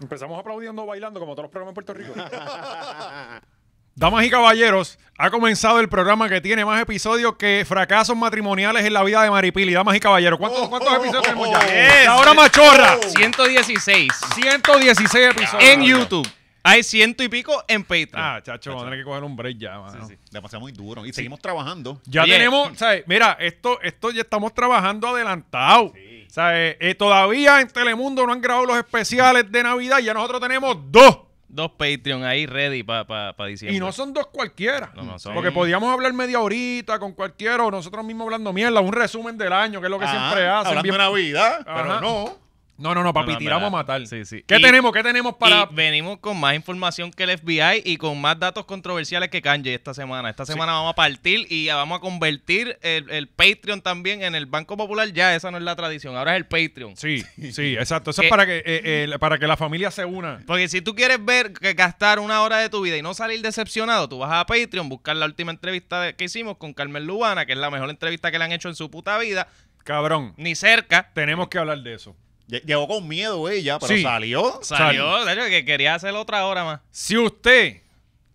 Empezamos aplaudiendo, bailando, como todos los programas en Puerto Rico. Damas y caballeros, ha comenzado el programa que tiene más episodios que fracasos matrimoniales en la vida de Maripili. Damas y caballeros, ¿cuántos, Oh, cuántos episodios tenemos ya? Yes. La hora machorra. 116 116 episodios. en YouTube. Hay ciento y pico en Patreon. Ah, chacho, vamos a tener que coger un break ya, mano. Sí, sí. La pasamos muy duro. Y seguimos trabajando. Ya Oye. tenemos, ¿sabes? Mira, esto, esto ya estamos trabajando adelantado. ¿Sabes? Eh, todavía en Telemundo no han grabado los especiales de Navidad y ya nosotros tenemos dos. Dos Patreon ahí ready para pa, pa diciembre. Y no son dos cualquiera. No, no son. Porque podíamos hablar media horita con cualquiera o nosotros mismos hablando mierda, un resumen del año, que es lo que Ah, Ajá, siempre hacen. Ah, Hablando bien- de Navidad, Ajá. pero no. No, no, no, papi, No, no, tiramos a verdad. matar. Sí, sí. ¿Qué Y- tenemos? ¿Qué tenemos para...? Y venimos con más información que el FBI y con más datos controversiales que Kanye esta semana. Esta semana vamos a partir y vamos a convertir el, el Patreon también en el Banco Popular. Ya, esa no es la tradición. Ahora es el Patreon. Sí, sí, exacto. Eso es ¿Qué? para que, eh, eh, para que la familia se una. Porque si tú quieres ver que gastar una hora de tu vida y no salir decepcionado, tú vas a Patreon, buscar la última entrevista de- que hicimos con Carmen Lubana, que es la mejor entrevista que le han hecho en su puta vida, Cabrón, ni cerca. tenemos que hablar de eso. Lle- Llegó con miedo ella, pero Sí. salió. Salió, de hecho, que quería hacer otra hora más. Si usted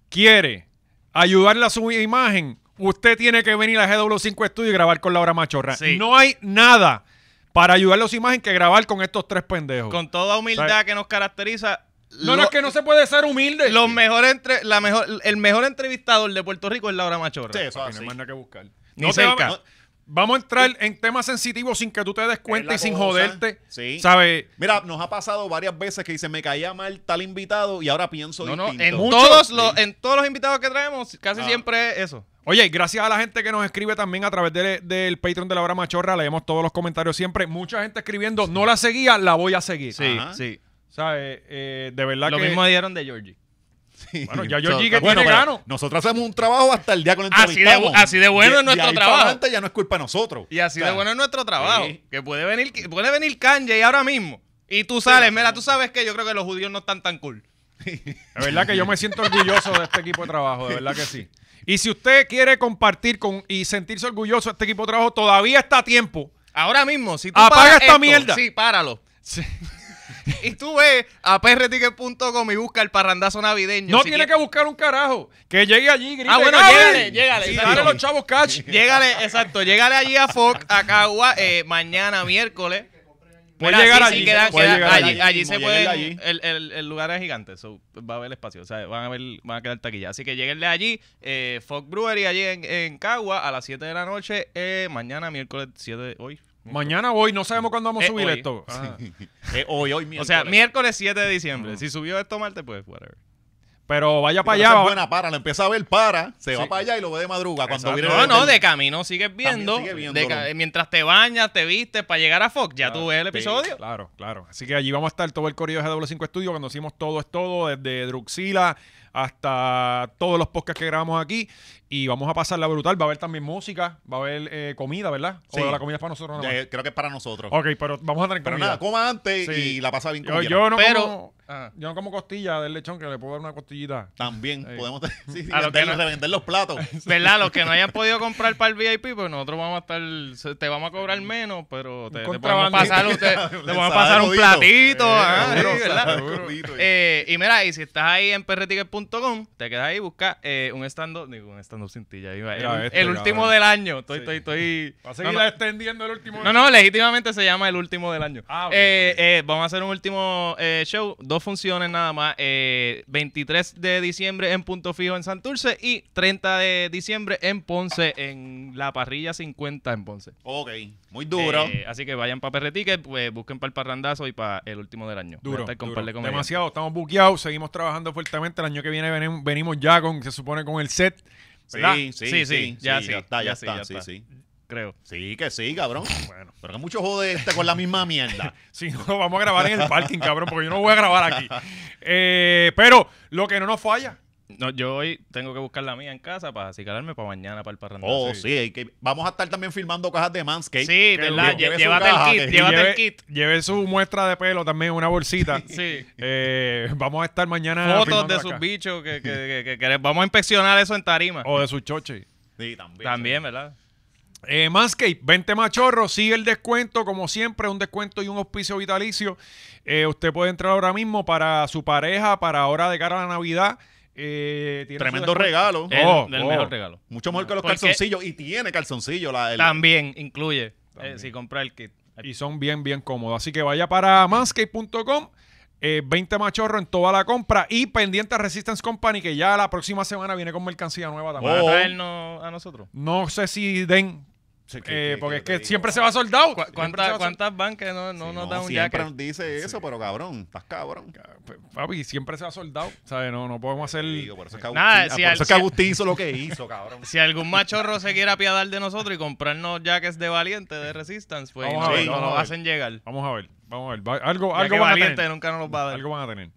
quiere ayudarle a su imagen, usted tiene que venir a GW5 Studio y grabar con Laura Machorra. Sí. No hay nada para ayudarle a su imagen que grabar con estos tres pendejos. Con toda humildad ¿Sabe? que nos caracteriza. No, lo- no, es que no se puede ser humilde. los mejores entre- la mejor, el mejor entrevistador de Puerto Rico es Laura Machorra. Sí, eso Papi, es no hay así. más nada que buscar. No Ni te cerca. vamos- Vamos a entrar en temas sensitivos sin que tú te des cuenta la y sin cosa. joderte. Sí. ¿Sabes? Mira, nos ha pasado varias veces que dice, me caía mal tal invitado y ahora pienso No, no, distinto. en, Mucho. todos los, en todos los invitados que traemos, casi Ah. siempre es eso. Oye, y gracias a la gente que nos escribe también a través de- del Patreon de la hora machorra, leemos todos los comentarios siempre. Mucha gente escribiendo, no la seguía, la voy a seguir. Sí, Ajá. sí. ¿Sabes? Eh, de verdad Lo que. mismo dieron de Georgie. Bueno, ya yo llegué que Bueno, tiene pero gano. Nosotros hacemos un trabajo hasta el día que lo Así de bu- entrevistamos. así de bueno es nuestro ahí para trabajo. adelante ya no es culpa de nosotros. Y así O sea, de bueno es nuestro trabajo. sí. Que puede venir, que puede venir Kanye ahora mismo. Y tú sales, mira, tú sabes que yo creo que los judíos no están tan cool. De verdad que yo me siento orgulloso de este equipo de trabajo, de verdad que sí. Y si usted quiere compartir con y sentirse orgulloso de este equipo de trabajo, todavía está a tiempo. Ahora mismo, si tú Apaga paras esta esto, mierda. Sí, páralo. y tú ves a prticket.com y busca el parrandazo navideño. No Si tiene que quie- buscar un carajo. Que llegue allí y grite. Ah, bueno, "Gaby". llégale, llégale, Y exacto. dale los chavos cash. Llégale, exacto, llégale allí a Fox, a Cagua, eh, mañana, miércoles. Puede Mira, llegar sí, sí, allí. queda- puede queda- llegar allí, allí. allí mismo, se lléguenle puede. allí. El, el- el lugar es gigante, so, va a haber espacio. O sea, van a, ver, van a quedar taquilla. Así que lleguenle allí, eh, Fox Brewery, allí en, en Cagua, a las 7 de la noche. eh, mañana, miércoles 7 de hoy. Mañana voy, no sabemos cuándo vamos a Eh, subir hoy. esto. Ajá. eh, hoy, hoy O sea, miércoles. miércoles 7 de diciembre. Si subió esto martes, pues, whatever. Pero vaya Pero para esa allá. es va- buena para, lo empieza a ver para, se Sí. va para allá y lo ve de madruga cuando Exacto. viene Ah, No, el- no, de camino sigues viendo. sigue de viéndolo. ca- mientras te bañas, te vistes, para llegar a Fox, Ah, ya tú ves el sí. episodio. Claro, claro. Así que allí vamos a estar todo el corrido de GW5 Estudio, cuando hicimos todo es todo, desde Druxila hasta todos los podcasts que grabamos aquí. Y vamos a pasarla brutal. Va a haber también música, va a haber eh, comida, ¿verdad? Sí. O la comida es para nosotros nada más. Eh, creo que es para nosotros. Ok, pero vamos a tener Pero comida. nada, coma antes Sí. y la pasa bien como yo, quiera. yo no Pero- ah, como, Ajá. yo no como costilla del lechón, que le puedo dar una costillita. También Sí. podemos sí, sí, A lo que vender- no- revender los platos. ¿Verdad? Los que no hayan podido comprar para el VIP, pues nosotros vamos a estar. se- Te vamos a cobrar menos, pero te, Un te podemos pasar, un, te- te podemos Ensalada pasar un de platito. Eh, ajá, seguro, sí, ¿verdad? seguro. Eh, y mira, y si estás ahí en perreticket.com, te quedas ahí, busca eh, un stand-up, digo, un stand-up sin ti, ya iba, Mira el, este, el último cabrón. del año. Estoy, Sí. estoy, estoy. Va a no, seguir no. extendiendo el último. No, no, legítimamente se llama el último del año. Ah, ok, Eh, ok. eh, vamos a hacer un último eh, show, dos funciones nada más. eh, 23 de diciembre en Punto Fijo en Santurce y 30 de diciembre en Ponce, en la parrilla 50 en Ponce. ok, muy duro. Eh, así que vayan para Perreticket, pues busquen para el parrandazo y para el último del año. Voy a Duro, estar con duro. par de comediantes. demasiado, estamos buqueados, seguimos trabajando fuertemente. El año que viene venem- venimos ya con, se supone, con el set. ¿verdad? sí, sí, sí, Sí, sí, ya sí, está, ya ya, sí, está, ya sí, está. sí. Creo. Sí, que sí, cabrón. Bueno, pero que mucho jode este con la misma mierda. Si no, vamos a grabar en el parking, cabrón, porque yo no voy a grabar aquí. Eh, pero lo que no nos falla, No, yo hoy tengo que buscar la mía en casa para acicalarme para mañana para el parrandazo. Oh, sí, hay que- vamos a estar también filmando cajas de Manscape. Sí, Qué duro. ¿verdad? Lle- Lleve su Llévate caja, el kit, que- llévate lleve, el kit. lleve su muestra de pelo también, una bolsita. Sí. Eh, vamos a estar mañana. fotos filmando de la sus caja. bichos que, que- que- que- que- vamos a inspeccionar eso en tarima. O de sus choches. Sí, también. Oh, También, ¿verdad? Eh, Manscaped, 20 machorros, sigue el descuento, como siempre, un descuento y un auspicio vitalicio. Eh, usted puede entrar ahora mismo para su pareja, para ahora de cara a la Navidad. Eh, tiene su Tremendo descuento. regalo. Eh, El, Oh, el oh. mejor regalo. Mucho mejor que los ¿Por qué? calzoncillos. Y tiene calzoncillo. La, el- También incluye, eh, También. si compra el kit. Y son bien, bien cómodos. Así que vaya para manscape.com. eh, 20 machorros en toda la compra y pendiente a Resistance Company que ya la próxima semana viene con mercancía nueva también. ¿Van a Oh. traernos a nosotros? No sé si den, Sí, que- eh, que- porque que es te que digo, siempre se wow. va soldado. ¿Cu- ¿Cuántas, ¿Cuántas van que no, no Sí, nos dan un siempre jacket? nos dice eso, pero cabrón, estás cabrón. Papi, siempre se va soldado. ¿Sabes? No, no podemos hacer. Digo, por eso es que Agustín, Nada, ah, si por al- eso es que si- Agustín hizo lo que hizo, cabrón. Si algún machorro se quiere apiadar de nosotros y comprarnos jackets de Valiente, de Resistance, pues Vamos no, a ver, no vamos nos a ver. hacen llegar. Vamos a ver, vamos a ver. Va- Algo, Ya algo que van a Valiente tener. nunca nos los va a dar. Algo van a tener.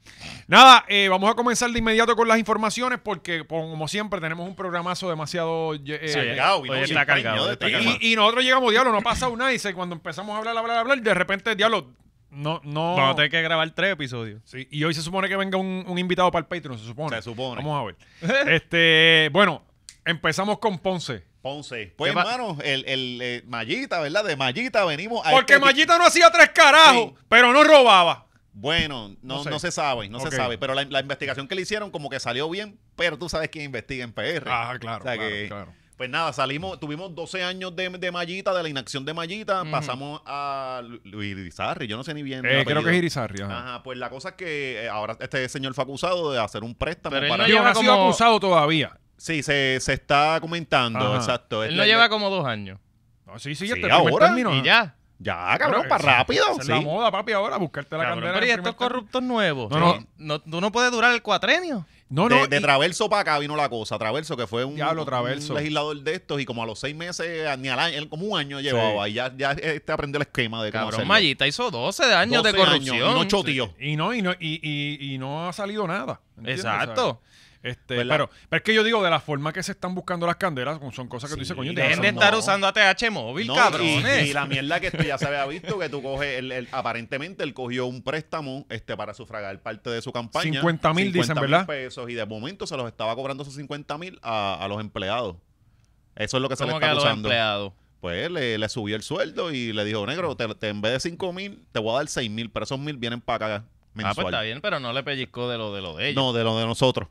Nada, eh, vamos a comenzar de inmediato con las informaciones porque, como siempre, tenemos un programazo demasiado. eh, Sí, eh, Cargado, y Oye, no está sin cargado, paño de está ti. cargado. y, y nosotros llegamos, diablo, no ha pasado nada. Y se- cuando empezamos a hablar, hablar, hablar, de repente, diablo, no. no Vamos a tener que grabar tres episodios. Sí, y hoy se supone que venga un, un invitado para el Patreon, se supone. Se supone. Vamos a ver. este, bueno, empezamos con Ponce. Ponce. Pues, ¿Qué pa- hermano, el, el, eh, Mallita, ¿verdad? De Mallita venimos a. Porque este- Mallita no hacía tres carajos, Sí. pero no robaba. Bueno, no, No no, sé. se sabe, no Ok. se sabe. Pero la, la investigación que le hicieron, como que salió bien, pero tú sabes quién investiga en PR. Ah. Ah, claro. O sea que- Pues nada, salimos, tuvimos 12 años de, de Mallita, de la inacción de Mallita, Ujú. pasamos a Lu- Luis Irizarry, yo no sé ni bien. el Eh, creo apellido. que es Irizarry. ajá. Ajá, pues la cosa es que eh, ahora este señor fue acusado de hacer un préstamo Pero él para. no Digo, lleva no ha sido como- acusado todavía. Sí, se, se está comentando, Ajá. exacto. Él Es no la- lleva como dos años. No, sí, sí, Sí, este primer ahora, término, Y ajá. ya. Ya, Bueno, cabrón, esa- para rápido. esa sí. Es la moda, papi, ahora buscarte la Cabrón, candela. pero en y el estos primer término. corruptos nuevos. No, Sí. No, tú no puedes durar el cuatrenio. No, no. de, de y- Traverso para acá vino la cosa. Traverso, que fue un, Diablo, Traverso. un legislador de estos, y como a los seis meses, a- ni al año, él como un año llevaba, y ya, ya este aprendió el esquema de cómo Cabrón, hacerlo. Mallita hizo 12 de años 12 de corrupción. años, y no ocho tíos. y no, y no, y, y- y no ha salido nada. ¿entiendes? O sea, Exacto. Este, ¿Verdad? pero, pero es que yo digo, de la forma que se están buscando las candelas, son cosas que tú dices, Sí, coño, de- Dejen tienes de razón. estar no. usando ATH móvil, No, y- cabrones. Y, la mierda que esto ya se había visto, que tú coges, él- él- aparentemente él cogió un préstamo este, para sufragar parte de su campaña. 50,000 dicen, 50,000 ¿verdad? pesos, y de momento se los estaba cobrando esos 50 mil a, a los empleados. Eso es lo que se le ¿Cómo que está a los acusando. empleados? Ah, Pues le, le subió el sueldo y le dijo, negro, te, te- en vez de 5 mil, te voy a dar 6 mil, pero esos mil vienen para acá Ah, mensual. pues está bien, pero no le pellizcó de lo de, lo de ellos. No, de lo de nosotros.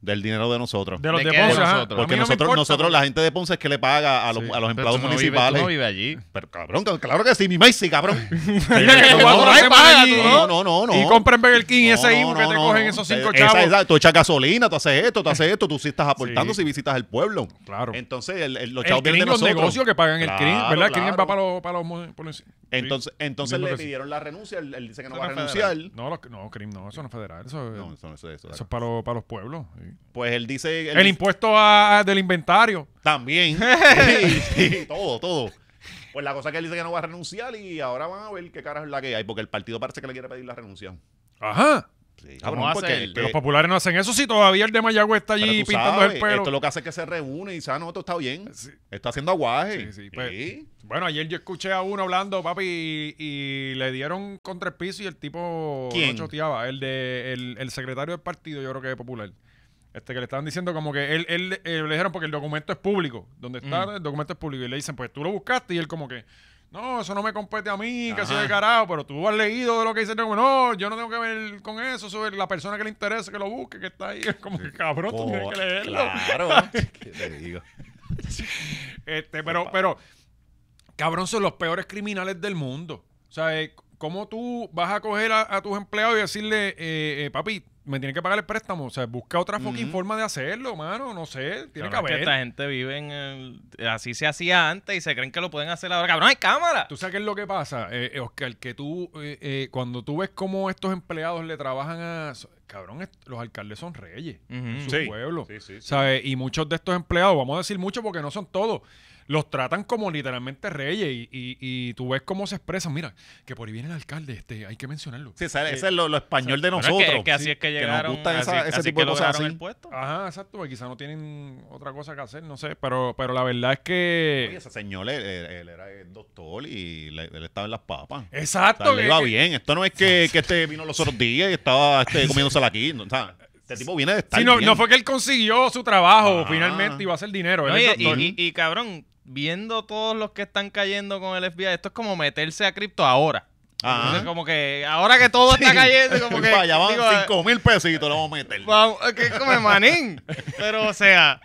Del dinero de nosotros. De los ¿De de qué? Ponce, De ajá. nosotros. A Porque mí no me nosotros, importa, nosotros, la gente de Ponce es que le paga a los, Sí. a los Pero empleados tú no vives- municipales. tú no vives allí. Pero cabrón, que- claro que sí, mi Macy, cabrón. que tú vas a traer pan allí. no, no, no, no. Y compren Burger King y No, ese IMU no, que te no, cogen no. esos cinco Esa- chavos. esa- tú echas gasolina, tú haces esto, tú haces esto, tú sí estás aportando Sí. si visitas el pueblo. Claro. Entonces, el, el- los El chavos vienen crin, de los nosotros. negocios que pagan el Claro, crin, ¿verdad? El crin claro. va para los... Para los mo- por los- sí. Entonces, entonces Entiendo le que sí. pidieron la renuncia, él, él dice que no va Eso a no es renunciar. federal. No, los- no, crin no, eso no es federal, eso, No, eso eso no es eso. es para los, para los pueblos. sí. Pues él dice... él El dice- impuesto a- a- del inventario. También. Sí, sí, todo, todo. Pues la cosa es que él dice que no va a renunciar y ahora van a ver qué carajo es la que hay, porque el partido parece que le quiere pedir la renuncia. Ajá. Sí, ¿Cómo va a ser? Que Eh, los populares no hacen eso si todavía el de Mayagüez está allí pintando el pelo. Esto lo que hace es que se reúne y dice, ah, no, esto está bien. Sí. Está haciendo aguaje. Sí, sí, pues, Bueno, ayer yo escuché a uno hablando, papi, y, y le dieron contra el piso y el tipo ¿Quién? no choteaba. El de el, el secretario del partido, yo creo que es popular. Este que le estaban diciendo como que él, él, eh, le dijeron porque el documento es público. Donde está Mm. el documento es público. Y le dicen, pues tú lo buscaste. Y él como que, no, eso no me compete a mí, que Ajá. soy de carajo, pero tú has leído de lo que dice el documento. No, yo no tengo que ver con eso, eso es la persona que le interesa que lo busque, que está ahí. Es como que cabrón, tú tienes que leerlo. Claro. ¿Qué te digo? Este, pero, pero, cabrón, son los peores criminales del mundo. O sea, eh, ¿cómo tú vas a coger a, a tus empleados y decirle, eh, eh, papi, me tienen que pagar el préstamo? O sea, busca otra fucking Ujú. forma de hacerlo, mano. No sé, tiene Cabrón, que es haber. esta gente vive en el- Así se hacía antes y se creen que lo pueden hacer ahora. Cabrón, hay cámara. ¿Tú sabes qué es lo que pasa, eh, eh, Oscar? Que tú, eh, eh, cuando tú ves cómo estos empleados le trabajan a... so- Cabrón, est- los alcaldes son reyes Ujú. en su Sí. pueblo. Sí, sí, sí. ¿sabes? Y muchos de estos empleados, vamos a decir muchos porque no son todos, los tratan como literalmente reyes y, y- y tú ves cómo se expresan. Mira, que por ahí viene el alcalde, este, hay que mencionarlo. Sí, ese ese es lo, lo español de Pero es que- nosotros. es que así Sí, es que nos llegaron. gusta así- esa- ese así tipo que de cosas lograron así. el puesto. Ajá, exacto, quizás no tienen otra cosa que hacer, no sé, pero, pero la verdad es que... Oye, ese señor, él, él- él era el doctor y le- él estaba en las papas. O Exacto. eh, sea, le que- iba que- bien. Esto no es que, que este vino los otros días y estaba este, comiéndosela aquí. no, o sea, este tipo viene de estar Sí, no, bien. no fue que él consiguió su trabajo Ah. finalmente iba a hacer dinero. él Oye, es y, doctor. y- y, cabrón, viendo todos los que están cayendo con el FBI, esto es como meterse a cripto ahora. Ajá. Entonces, como que ahora que todo está cayendo, como que. Vaya, van digo, 5 mil pesitos, lo vamos a meter. vamos, que come manín. Pero, o sea,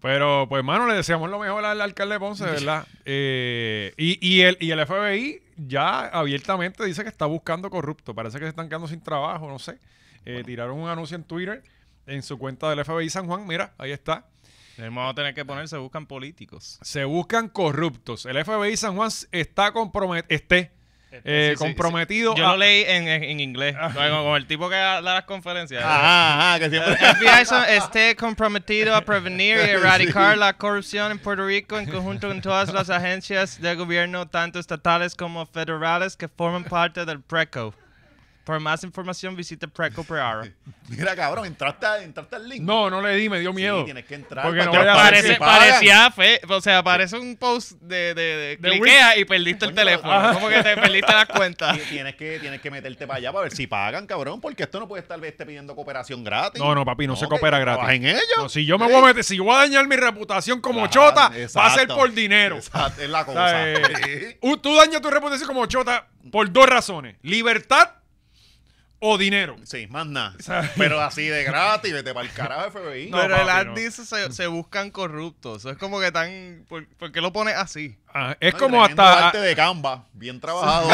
Pero, pues, mano, le deseamos lo mejor al alcalde de Ponce, ¿verdad? Eh, y, y el, y el FBI ya abiertamente dice que está buscando corrupto. Parece que se están quedando sin trabajo, no sé. Eh, Tiraron un anuncio en Twitter, en su cuenta del FBI San Juan. Mira, ahí está. vamos a tener que poner, se buscan políticos. Se buscan corruptos. El FBI San Juan está comprometido. Esté. eh, Sí, sí, comprometido sí. Yo Ah. a- lo leí en, en- en inglés, con, con el tipo que da las conferencias. Ajá, ajá, que siempre. El FBI son- esté comprometido a prevenir y erradicar la corrupción en Puerto Rico en conjunto con todas las agencias de gobierno, tanto estatales como federales, que forman parte del PRECO. Por más información, visita Preco per hour. Mira, cabrón, entraste, a- entraste al link. No, no le di, me dio miedo. Sí, tienes que entrar. Porque para no que vaya a aparezca. ser Parece, que Pagan. parecía fe, o sea, parece un post de, de, de, De cliquea y perdiste el Coño, teléfono. ajá. Como que te perdiste la cuenta. Ti- Tienes que, tienes que meterte para allá para ver si pagan, cabrón, porque esto no puede estar esté pidiendo cooperación gratis. No, no, papi, no se que coopera gratis. trabaja en ello. No, si yo me voy a meter, si yo voy a dañar mi reputación como Ajá, chota, va a exacto. ser por dinero. Exacto, es la O cosa. sea, eh, u- tú dañas tu reputación como chota por dos razones: libertad o dinero. Sí, más nada. Pero así de gratis, vete para el carajo, FBI. No, Pero el papi, ad no. dice se, se buscan corruptos. Eso es como que tan... ¿Por, por qué lo pones así? Ah, es No, y como tremendo hasta. arte de Canva, bien trabajado.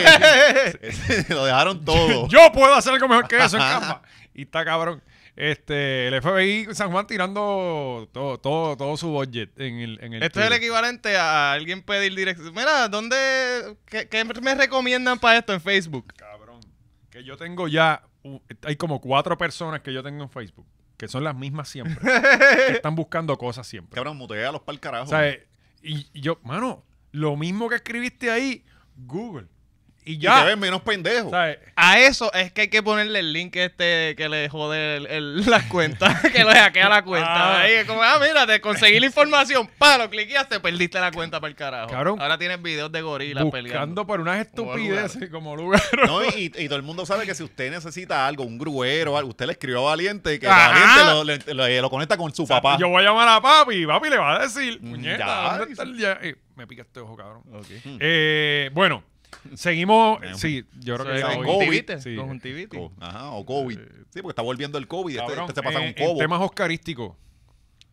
Ese- lo dejaron todo. eh, Yo puedo hacer algo mejor que eso en Canva. Y está cabrón. Este, el FBI San Juan tirando todo, todo, todo su budget en el. En el Esto es el Twitter. equivalente a alguien pedir dirección. Mira, ¿dónde. Qué, qué me recomiendan para esto en Facebook? Cabrón. Que yo tengo ya. u- Hay como cuatro personas que yo tengo en Facebook. Que son las mismas siempre. que están buscando cosas siempre. Cabrón, mutealos para el O carajo. sea, eh, y, y yo, mano, lo mismo que escribiste ahí, Google. Y y te ya. ves menos pendejo. O sea, eh, A eso es que hay que ponerle el link este que le jode el- el- la cuenta, que lo hackea la cuenta. Ah. Ahí es como, ah, mira, te conseguí la información, palo, cliqueaste, perdiste la cuenta para el carajo. Cabrón. Ahora tienes videos de gorilas peleando. buscando por unas Como lugar. estupideces como lugar. No, y, y todo el mundo sabe que si usted necesita algo, un gruero, algo, usted le escribió a Valiente, que Ajá. Valiente lo, le- lo- lo conecta con su papá. Yo voy a llamar a papi y papi le va a decir, Mm, puñeta, ya. ¿dónde está el día? Eh, me pica este ojo, cabrón. Mm. Eh, bueno, seguimos. Bueno. Sí, yo creo Eso que es ya en hoy- Google. conjuntivitis, Sí. conjuntivitis. Co- Ajá, o COVID. Eh, Sí, porque está volviendo el COVID. Este, Cabrón, este se pasa eh, con en COVID. temas oscarísticos.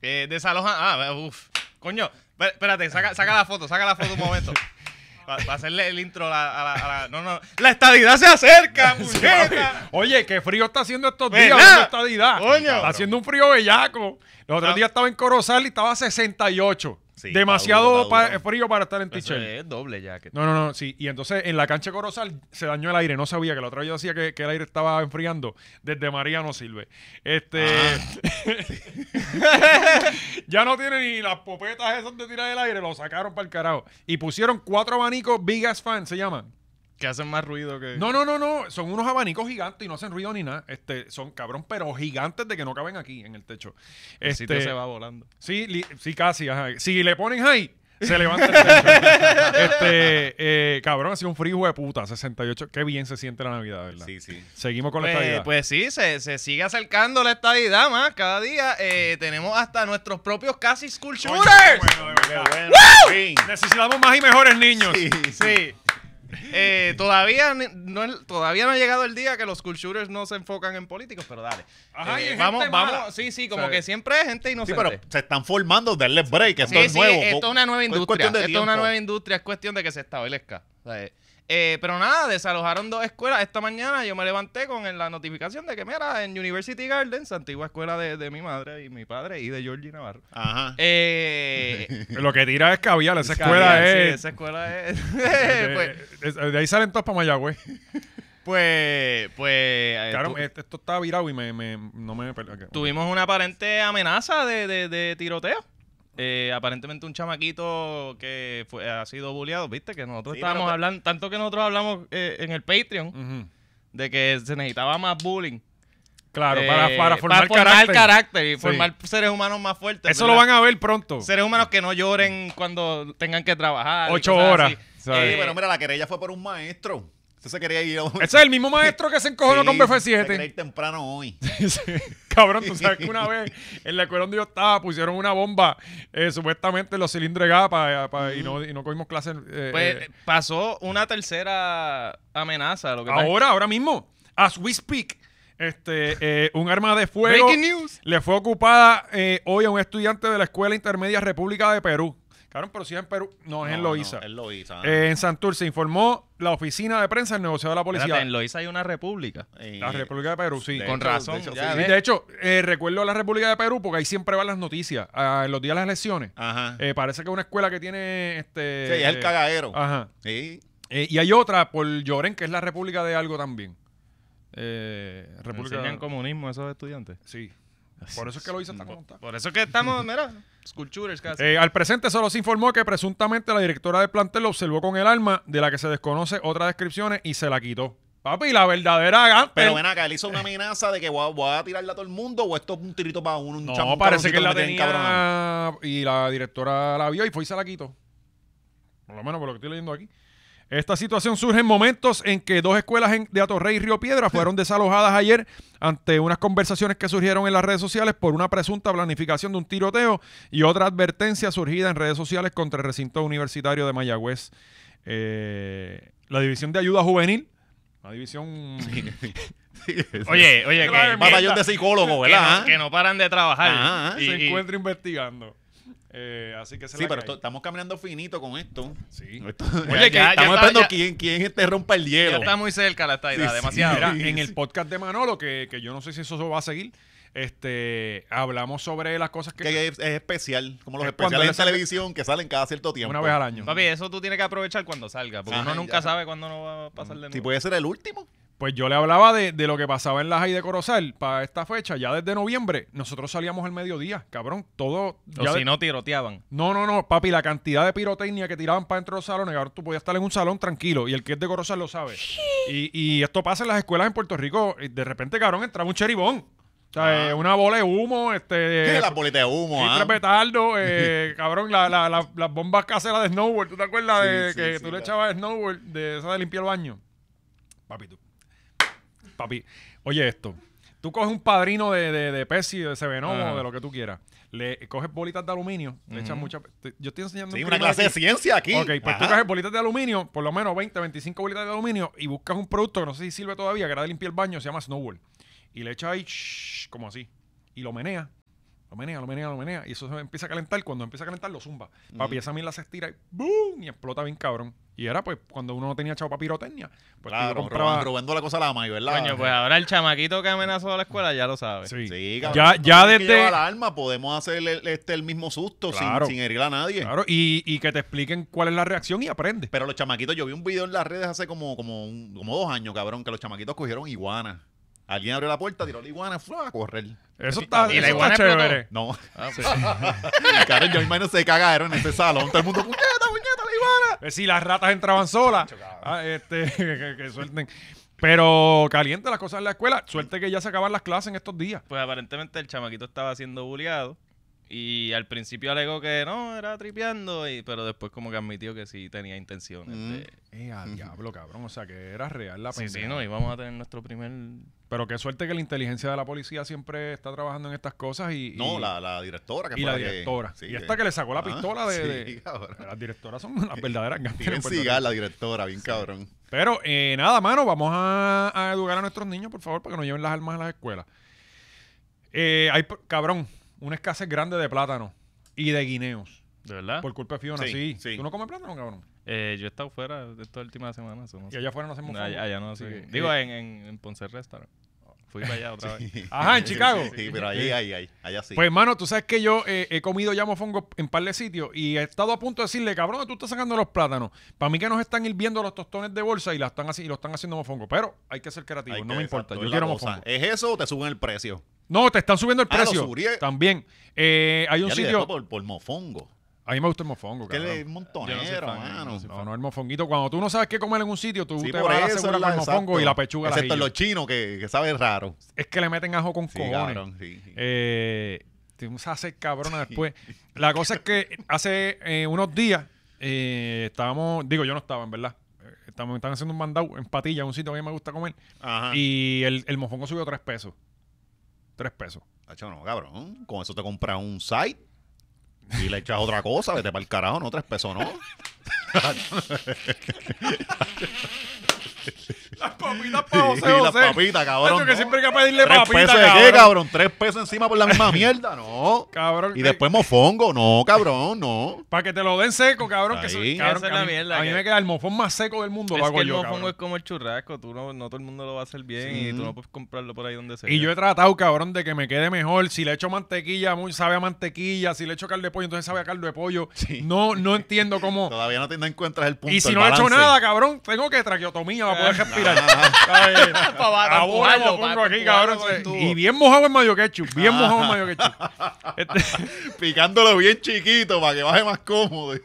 Eh, desalojan. Ah, uff. Coño, espé- espérate, saca, saca la foto, saca la foto un momento. Para hacerle el intro a la, a la- a la- No, no. ¡La estadidad se acerca! puñeta! Oye, qué frío está haciendo estos días. ¿Verdad? hablando de estadidad. Coño. Está haciendo un frío bellaco. Los otros Ah. días estaba en Corozal y estaba a 68. Sí, está Demasiado duro, está pa- duro. frío para estar en Eso Tichel. es doble ya. que- No, no, no, sí. Y entonces en la cancha de Corozal se dañó el aire. No sabía que la otra vez yo decía que, que el aire estaba enfriando. Desde María no sirve. Este. Ah. ya no tiene ni las popetas esas de tirar el aire. Lo sacaron para el carajo. Y pusieron cuatro abanicos Big Ass Fan, se llaman. Que hacen más ruido que. No, no, no, no. Son unos abanicos gigantes y no hacen ruido ni nada. Este, son cabrón, pero gigantes de que no caben aquí en el techo. El sitio Este, se va volando. Sí, li- sí, casi. ajá. Si le ponen high, se levanta el techo. este, eh, cabrón, ha sido un frío hijo de puta, 68. Qué bien se siente la Navidad, ¿verdad? Sí, sí. Seguimos con la Pues, estadidad. pues sí, se, se sigue acercando la estadidad más cada día. Eh, tenemos hasta nuestros propios casi school Coño, shooters. bueno, de Qué verdad. bueno, fin. Necesitamos más y mejores niños. Sí, Sí. Eh, todavía, ni- no, el- todavía no ha llegado el día que los school shooters no se enfocan en políticos, pero dale. Ajá, y Eh, hay gente vamos, mala. vamos. Sí, sí, como O sea, que siempre es gente Sí, inocente. pero se están formando, darle break. Esto Sí, es sí, nuevo. esto es una nueva Es industria. cuestión de esto es una tiempo. nueva industria, es cuestión de que se establezca. O sea, eh, eh, pero nada, desalojaron dos escuelas. Esta mañana yo me levanté con el- la notificación de que, mira, en University Gardens, antigua escuela de, de mi madre y mi padre y de Georgie Navarro. Ajá. Eh, Lo que tira es caviar. Esa escuela cabía, sí, es. esa escuela es. eh, pues, es- de ahí salen todos para Mayagüez. pues, pues. eh, Claro, tu- este- esto está virado y me, me- no me. ok. Tuvimos una aparente amenaza de, de- de tiroteo. Eh, aparentemente un chamaquito que fue, ha sido bulleado, viste, que nosotros Sí, estábamos pero- pues Mm. hablando, tanto que nosotros hablamos eh, en el Patreon, Ujú. de que se necesitaba más bullying. Claro, Eh, para, para formar, carácter. y Sí. formar seres humanos más fuertes. Eso lo ¿verdad? van a ver pronto. Seres humanos que no lloren cuando tengan que trabajar. y Ocho cosas horas, así. ¿sabes? Sí, Eh, pero mira, la querella fue por un maestro. Sí, Usted se quería ir. Ese es el mismo maestro que se encojonó con Se quería BF7. ir temprano hoy. Cabrón, tú sabes que una vez en la escuela donde yo estaba pusieron una bomba, eh, supuestamente en los cilindros de gas pa- pa- y, no, y no cogimos clases. eh, Pues eh, eh, pasó una tercera amenaza. Lo que pasa- ahora, ahora mismo, as we speak, este, eh, un arma de fuego Breaking news. le fue ocupada eh, hoy a un estudiante de la Escuela Intermedia República de Perú. Cabrón, pero si es en Perú, no, es en Loíza. en Loiza. Eh, en Santurce informó la oficina de prensa del negociado de la policía. Espérate, en Loíza hay una república. Eh, La República de Perú, sí. de Con- Con razón, de hecho, ya sí, ves. de hecho, eh, recuerdo la República de Perú porque ahí siempre van las noticias ah, en los días de las elecciones. Ajá. Eh, parece que es una escuela que tiene este. Sí, es el eh, cagadero. Ajá. Sí. Eh, y hay otra por Lloren, que es la República de algo también. Eh, República. Enseñan comunismo a esos estudiantes. Sí. Por eso es que lo hizo esta conta. Por eso es que estamos, mira, sculptures casi. Eh, al presente solo se informó que presuntamente la directora del plantel lo observó con el arma, de la que se desconoce otras descripciones, y se la quitó. Papi, la verdadera gante. Pero ven acá, él hizo una amenaza de que voy a, voy a tirarle a todo el mundo o esto es un tirito para uno, un No, chamo, un parece que cabroncito él la me tienen cabronado. tenía y la directora la vio y fue y se la quitó. Por lo menos por lo que estoy leyendo aquí. Esta situación surge en momentos en que dos escuelas en- de Atorrey y Río Piedra fueron desalojadas ayer ante unas conversaciones que surgieron en las redes sociales por una presunta planificación de un tiroteo y otra advertencia surgida en redes sociales contra el recinto universitario de Mayagüez. Eh, la División de Ayuda Juvenil, la división... Pues, Oye, oye, que, Claro, que- Batallón de psicólogo, que ¿verdad? no, que no paran de trabajar. Ajá, Y- ah, se y- encuentra investigando. Eh, así que esa es Sí, la pero que esto- hay. estamos caminando finito con esto. Sí. Esto- Oye, que ya- ya estamos está- esperando ya- quién, quién te rompa el ya hielo. está muy cerca la estadidad, Sí, sí, demasiado. Mira, Sí, en sí. el podcast de Manolo, que, que yo no sé si eso va a seguir, este, hablamos sobre las cosas que, que es, es especial, como los Es cuando especiales le en sale- televisión que salen cada cierto tiempo. una vez al año. Papi, eso tú tienes que aprovechar cuando salga, porque Ajá, uno nunca ya. sabe cuándo no va a pasar de nuevo. Si puede ser el último. Pues yo le hablaba de, de lo que pasaba en la Jai de Corozal para esta fecha, ya desde noviembre, nosotros salíamos al mediodía, cabrón, todo... ya o de- si no, tiroteaban. No, no, no, papi, la cantidad de pirotecnia que tiraban para dentro de los salones, ahora tú podías estar en un salón tranquilo y el que es de Corozal lo sabe. Y, y esto pasa en las escuelas en Puerto Rico, y de repente, cabrón, entraba un cheribón. O sea, Ah. eh, una bola de humo, este... Sí, la boleta de humo. Sí, pues, ah. tres petardos, eh, cabrón, la- la- la- las bombas caseras de snowboard. ¿Tú te acuerdas Sí, de sí, que sí, tú la- le echabas snowboard de esa de limpiar el baño? Papi, tú. Papi, oye esto. Tú coges un padrino de, de, de Pepsi, de Sevenomo, Ajá. de lo que tú quieras. Le coges bolitas de aluminio, le echas Ujú. muchas. te- Yo estoy enseñando. Sí, un una crimen clase de aquí. ciencia aquí. Ok, pues tú Ajá. coges bolitas de aluminio, por lo menos 20, 25 bolitas de aluminio, y buscas un producto que no sé si sirve todavía, que era de limpiar el baño, se llama Snowball. Y le echas ahí, shhh, como así, y lo menea. Lo menea, lo menea, lo menea. Y eso se empieza a calentar. Cuando empieza a calentar, lo zumba. Papi, esa mierda se estira y ¡boom! Y explota bien cabrón. Y era pues cuando uno no tenía chavo para pirotecnia. Pues tú Claro, comprabas- robando, robando la cosa a la mayo, ¿verdad? Coño, pues ahora el chamaquito que amenazó a la escuela ya lo sabe. Sí. Sí, ya, cabrón, ya no tiene que desde. llevar alarma, podemos hacer el, el- este, el mismo susto sin- Claro. sin, herir a nadie. Claro, y, y que te expliquen cuál es la reacción y aprende. Pero los chamaquitos, yo vi un video en las redes hace como, como, un- como dos años, cabrón, que los chamaquitos cogieron iguana. Alguien abrió la puerta, tiró la iguana, fue a correr. Eso está, Y la eso iguana está explotó. chévere. No, Ah, pues. cabrón, yo me imagino se cagaron en ese salón. Todo el mundo, puñeta, puñeta, la iguana. Eh, Si las ratas entraban solas. Ah, este, que, que suelten. Pero caliente las cosas en la escuela. Suerte que ya se acaban las clases en estos días. Pues aparentemente el chamaquito estaba siendo bulleado. Y al principio alegó que no, era tripeando, y, pero después como que admitió que sí tenía intenciones. Mm. de- Eh, a diablo, cabrón. O sea, que era real la Sí, pendeja. sí, no, íbamos a tener nuestro primer... Pero qué suerte que la inteligencia de la policía siempre está trabajando en estas cosas y... y- No, la, la directora. Que y fue la que- directora. sí, y esta que le sacó la Ah, pistola de... sí, de- cabrón. Las directoras son las verdaderas gangas en Steven Puerto Seagal, Rico. la directora, bien cabrón. Pero eh, nada, mano, vamos a, a educar a nuestros niños, por favor, para que no lleven las armas a las escuelas. Eh, hay, pr- cabrón, una escasez grande de plátano y de guineos. ¿De verdad? Por culpa de Fiona, Ah. Sí, sí. sí. ¿Tú no comes plátano, cabrón? Eh, yo he estado fuera de esta última semana. eso no Y sé. allá afuera no hacemos allá, favor. allá no, Así sí. que- Digo, en, en, en Ponce Restaurant. Fui para allá otra vez. Ajá, Ah, en Chicago. Sí, sí, pero ahí, ahí, ahí. Allá sí. Pues, hermano, tú sabes que yo eh, he comido ya mofongo en par de sitios y he estado a punto de decirle, cabrón, tú estás sacando los plátanos. Para mí que nos están hirviendo los tostones de bolsa y, la están así, y lo están haciendo mofongo. Pero hay que ser creativo, Hay no que- me importa. exacto, yo es la quiero cosa. mofongo. ¿Es eso o te suben el precio? No, te están subiendo el Ah, lo precio. subí. También. Eh, hay un Ya le sitio. dejó por, por mofongo. A mí me gusta el mofongo, Que él es cabrón. montonero, Yo no soy fan, yo mano. no soy No, no, el mofonguito. Cuando tú no sabes qué comer en un sitio, tú Sí, te por vas a la eso, segura la- con el mofongo exacto. y la pechuga al Excepto ajillo. los chinos que, que saben raro. Es que le meten ajo con Sí, cojones. cabrón, sí, sí. Eh, tiene un sacer cabrona después. La cosa es que hace eh, unos días eh, estábamos, digo, yo no estaba, en verdad. Eh, estamos- están haciendo un mandado en patilla, un sitio que a mí me gusta comer. Ajá. Y el, el mofongo subió 3 pesos. 3 pesos. Hacho, no, cabrón. Con eso te compras un site y le echas otra cosa, vete para el carajo, no tres pesos, no. Las papitas Y, las papitas, cabrón. que no. siempre hay que pedirle ¿Tres papitas, pesos cabrón. de qué, cabrón? ¿Tres pesos encima por la misma mierda? No. Cabrón, Y eh, después mofongo, no, cabrón, no. Para que te lo den seco, cabrón. Que Ahí. eso- Esa cabrón, es que la a mí, mierda a mí que- me queda el mofón más seco del mundo. lo Es hago que el yo, mofongo cabrón. es como el churrasco, tú no, no todo el mundo lo va a hacer bien Sí. y tú no puedes comprarlo por ahí donde sea. Y yo he tratado, cabrón, de que me quede mejor. Si le echo mantequilla, muy, sabe a mantequilla. Si le echo caldo de pollo, entonces sabe a caldo de pollo. Sí. No, no entiendo cómo. Todavía no, te, no encuentras el punto. Y si el no le echo balance. nada, cabrón, tengo que traqueotomía para Eh, poder respirar. Ah, para Ahora empujarlo, mofongo para aquí, empujarlo cabrón. con el tubo. Ah. Y bien mojado en mayo ketchup. Bien mojado en mayo ketchup. Este- Picándolo bien chiquito para que baje más cómodo.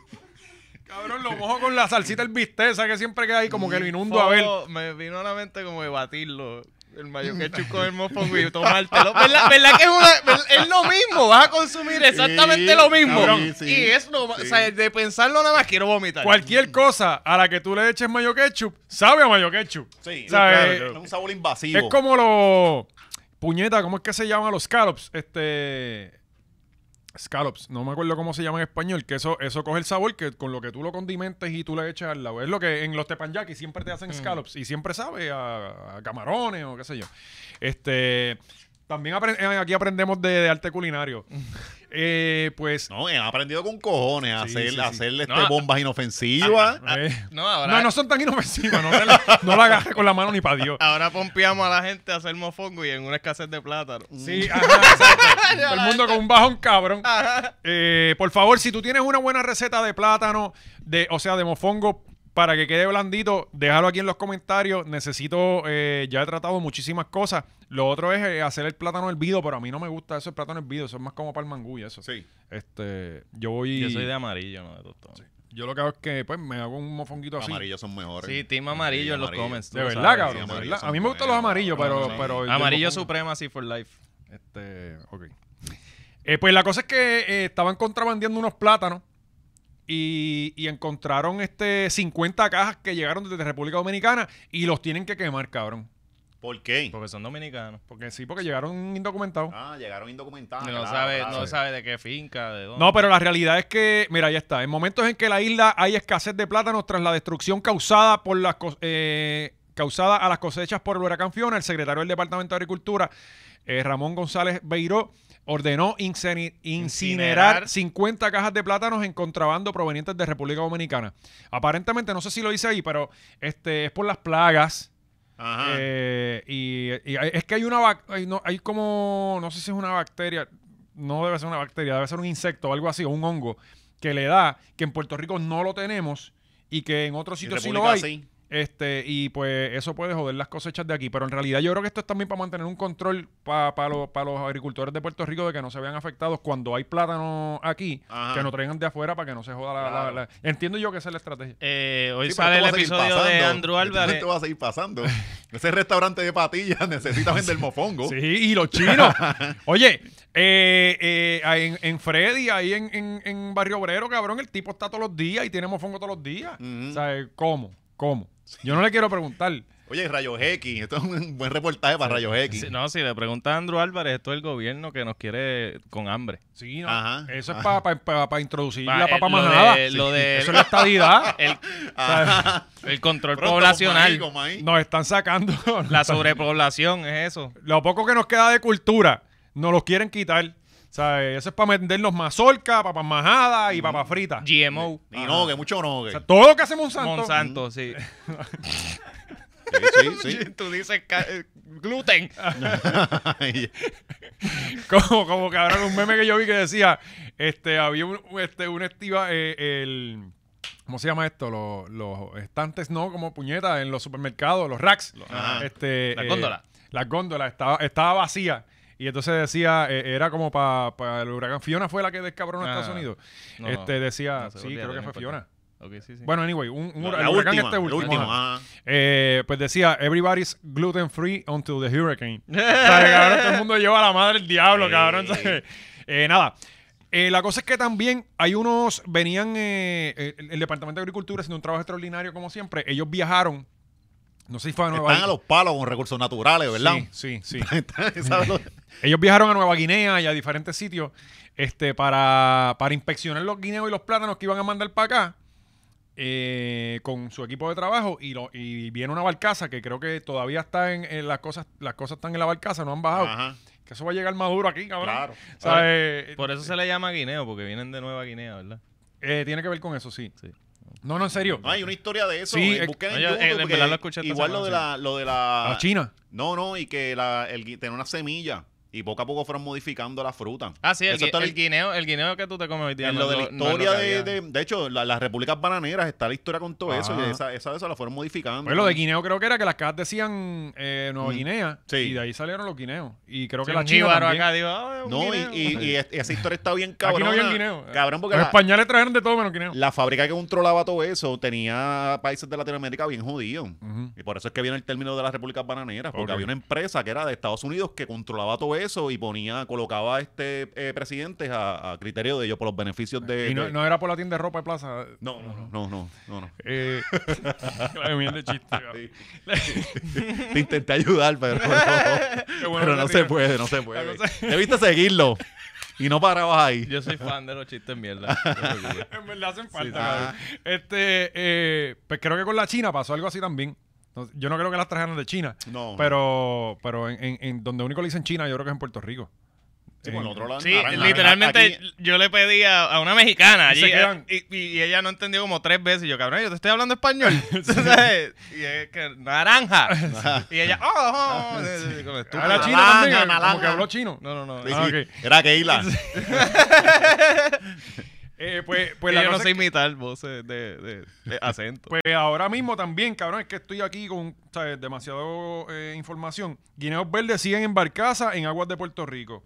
cabrón, lo mojo con la salsita, el bisteza que siempre queda ahí, como que lo inundo a ver. Mofongo, Me vino a la mente como de batirlo. El mayo ketchup con el mofongo y tomártelo. ¿Verdad, verdad que es, una- ver- es lo mismo? Vas a consumir exactamente Sí, lo mismo. cabrón, sí, y es lo más- sí. O sea, de pensarlo nada más quiero vomitar. Cualquier cosa a la que tú le eches mayo ketchup, sabe a mayo ketchup. Sí, ¿Sabes? eh, es un sabor invasivo. Es como los. Puñeta, ¿cómo es que se llaman los scallops? Este. Scallops, no me acuerdo cómo se llama en español, que eso, eso coge el sabor que con lo que tú lo condimentes y tú le echas al lado. Es lo que en los teppanyaki siempre te hacen scallops y siempre sabe a, a camarones o qué sé yo. Este, también apre- eh, aquí aprendemos de, de arte culinario. Eh, pues, No, han aprendido con cojones a Sí, hacer, sí, sí. hacerle No, este ah, bombas inofensivas. eh, No, ahora, no, no son tan inofensivas, no, te la, no la agarres con la mano ni para Dios. ahora pompeamos a la gente a hacer mofongo y en una escasez de plátano. Mm. Sí, ajá, exacto. Todo el mundo con un bajón cabrón. Ah. Eh, por favor, si tú tienes una buena receta de plátano, de, o sea, de mofongo, para que quede blandito, déjalo aquí en los comentarios. Necesito, eh, ya he tratado muchísimas cosas. Lo otro es eh, hacer el plátano hervido, pero a mí no me gusta eso, el plátano hervido. Eso es más como para el mangú y eso. Sí. Este, yo voy... Yo, amarillo, no de tostón. Sí, lo que hago es que pues me hago un mofonguito Los así. amarillos son mejores. team amarillo en los amarillo. comments. tú De lo verdad, sabes. cabrón, de amarillos verdad. son A mí me gustan los buenos, amarillos, pero... sí. pero el del Amarillo mofongo- supremacy for life. Este, ok. Eh, pues la cosa es que eh, estaban contrabandeando unos plátanos y, y encontraron este 50 cajas que llegaron desde República Dominicana y los tienen que quemar, cabrón. ¿Por qué? Porque son dominicanos. Porque sí, porque llegaron indocumentados. Ah, llegaron indocumentados. no claro, sabe, claro. no sabe de qué finca, de dónde. No, pero la realidad es que, mira, ya está. En momentos en que la isla hay escasez de plátanos tras la destrucción causada por las cos- eh, causada a las cosechas por el huracán Fiona, el secretario del Departamento de Agricultura, eh, Ramón González Beiró, ordenó inceni- incinerar Incinerar. 50 cajas de plátanos en contrabando provenientes de República Dominicana. Aparentemente, no sé si lo dice ahí, pero este es por las plagas. Ajá. Eh, y, y hay- es que hay una bac- hay, no- hay como, no sé si es una bacteria, no debe ser una bacteria, debe ser un insecto o algo así, o un hongo, que le da, que en Puerto Rico no lo tenemos y que en otros En sitios sí lo República hay. sí. Este, y pues eso puede joder las cosechas de aquí. Pero en realidad yo creo que esto es también para mantener un control para los agricultores de Puerto Rico de que no se vean afectados cuando hay plátano aquí, Ajá. que no traigan de afuera para que no se joda la- la- Claro. la- Entiendo yo que esa es la estrategia. Eh, hoy Sí, pero sale el esto va a seguir episodio de pasando. Andrew Álvarez. Esto va a seguir pasando. Ese restaurante de patillas necesita vender mofongo. Sí, y los chinos. Oye, eh, eh, ahí en, en Freddy, ahí en, en- en Barrio Obrero, cabrón, el tipo está todos los días y tiene mofongo todos los días. Ujú. O sea, ¿cómo? ¿Cómo? Yo no le quiero preguntar. Oye, Rayos X. Esto es un buen reportaje para Rayos X. Sí, no, si le pregunta a Andrew Álvarez, esto es el gobierno que nos quiere con hambre. Sí, no. Ajá. Eso es Ajá. para introducir Pa- la eh, papa lo majada. de- lo Sí. de- Eso es la estadidad. El, Ajá. el control Pronto, poblacional, maíz, con maíz. Nos están sacando. la sobrepoblación, es eso. Lo poco que nos queda de cultura, nos los quieren quitar. O sea, eso es para vendernos mazorca, papas majadas Mm. y papas fritas. GMO. Y no, que mucho no. O que- sea, todo lo que hacemos Monsanto. Monsanto, sí. Sí, sí, sí. Tú dices ca- eh, gluten. Ah, Y- Como, como cabrón, un meme que yo vi que decía, este, había un, este, una estiva, eh, el, ¿cómo se llama esto? Los, los estantes, no, como puñetas en los supermercados, los racks. ajá. Este, Las eh, góndolas. Las góndolas, estaba, estaba vacía. Y entonces decía, eh, era como para el huracán. Fiona fue la que descabrón a Ah, Estados Unidos. no, este, decía, no sé, sí, olvídate, creo que no fue Fiona. importa. Ok, sí, sí. Bueno, anyway, un, un- La el huracán última, este el último. último, ajá. ah, ajá. Eh, pues decía, everybody's gluten free until the hurricane. O sea, cabrón, todo el mundo lleva a la madre el diablo, Ey. cabrón. ¿sabes? Eh, nada. Eh, la cosa es que también hay unos, venían, eh, eh, el, el Departamento de Agricultura haciendo un trabajo extraordinario como siempre. Ellos viajaron, no sé si fue a Nueva Ah, Están a los palos con recursos naturales, ¿verdad? Sí, sí, sí. ¿Sabes lo- Ellos viajaron a Nueva Guinea y a diferentes sitios este, para, para inspeccionar los guineos y los plátanos que iban a mandar para acá eh, con su equipo de trabajo y, lo, y viene una barcaza que creo que todavía está en, en las cosas, las cosas están en la barcaza, no han Ah, bajado. Ajá, Que eso va a llegar maduro aquí, cabrón. Ah. claro. O sea, eh, Por eso se le llama guineo, porque vienen de Nueva Guinea, ¿verdad? eh, tiene que ver con eso, sí. Sí. No, no, en serio. No, hay una historia de eso. Sí, eh, eh, busquen en no, yo, YouTube, eh, en porque verdad lo escuché esta igual lo de, semana, la, lo de la... a China. No, no, y que la, el, gui- tenía una semilla y poco a poco fueron modificando la fruta. Ah, sí, el, Eso gui- está en- el guineo, el guineo que tú te comes hoy día. en no lo de la es no es lo historia que de, había. de... de hecho, la- las repúblicas bananeras está la historia con todo eso. Ajá. Y esa, esa, esa la fueron modificando. Pues lo de Guineo creo que era que las cajas decían eh, Nueva Mm. Guinea Sí. y de ahí salieron los guineos. Y creo Sí, que la un China jíbaro también. acá, digo, ah, es un No, y, guineo. y- y es- esa historia está bien Aquí cabrón. no habían guineo. Cabrón, porque los la- españoles trajeron de todo menos guineo. La fábrica que controlaba todo eso tenía países de Latinoamérica bien jodidos. Ujú. Y por eso es que viene el término de las repúblicas bananeras, porque Ok. había una empresa que era de Estados Unidos que controlaba todo eso y ponía, colocaba a este eh, presidente a, a criterio de ellos por los beneficios de... Y no, de- no era por la tienda de ropa de plaza. no, no, no, no, no, no. Eh, la mierda de chiste. cabrón. Sí. Te intenté ayudar, pero no, Qué bueno pero que no te se tiró. puede, no se puede. La cosa- Debiste seguirlo y no parabas ahí. Yo soy fan de los chistes mierda. no te preocupes. En verdad hacen falta. sí. cabrón. Este, eh, pues creo que con la China pasó algo así también. No- Yo no creo que las trajeron de China. No, Pero, pero en, en- en donde único le dicen China, yo creo que es en Puerto Rico. Sí, por el En- otro lado, Sí, naranja. literalmente Aquí- yo le pedí a, a una Y mexicana allí se quedan. eh, y, y ella no entendió como tres veces. Y yo, cabrón, yo te estoy hablando español. ¿Sabes? y es que naranja. y ella, oh, oh, eh, como estúpida. Habla chino Malanga, Ah, también, eh, como que malanga. habló chino. No, no, no. Sí, sí. Ah, ok. Era Keila. Eh, pues, Pues pues, la yo no cosa sé es que- imitar voces de, de- de acento. pues ahora mismo también, cabrón, es que estoy aquí con ¿sabes? demasiado eh, información. Guineos verdes siguen en barcaza en aguas de Puerto Rico.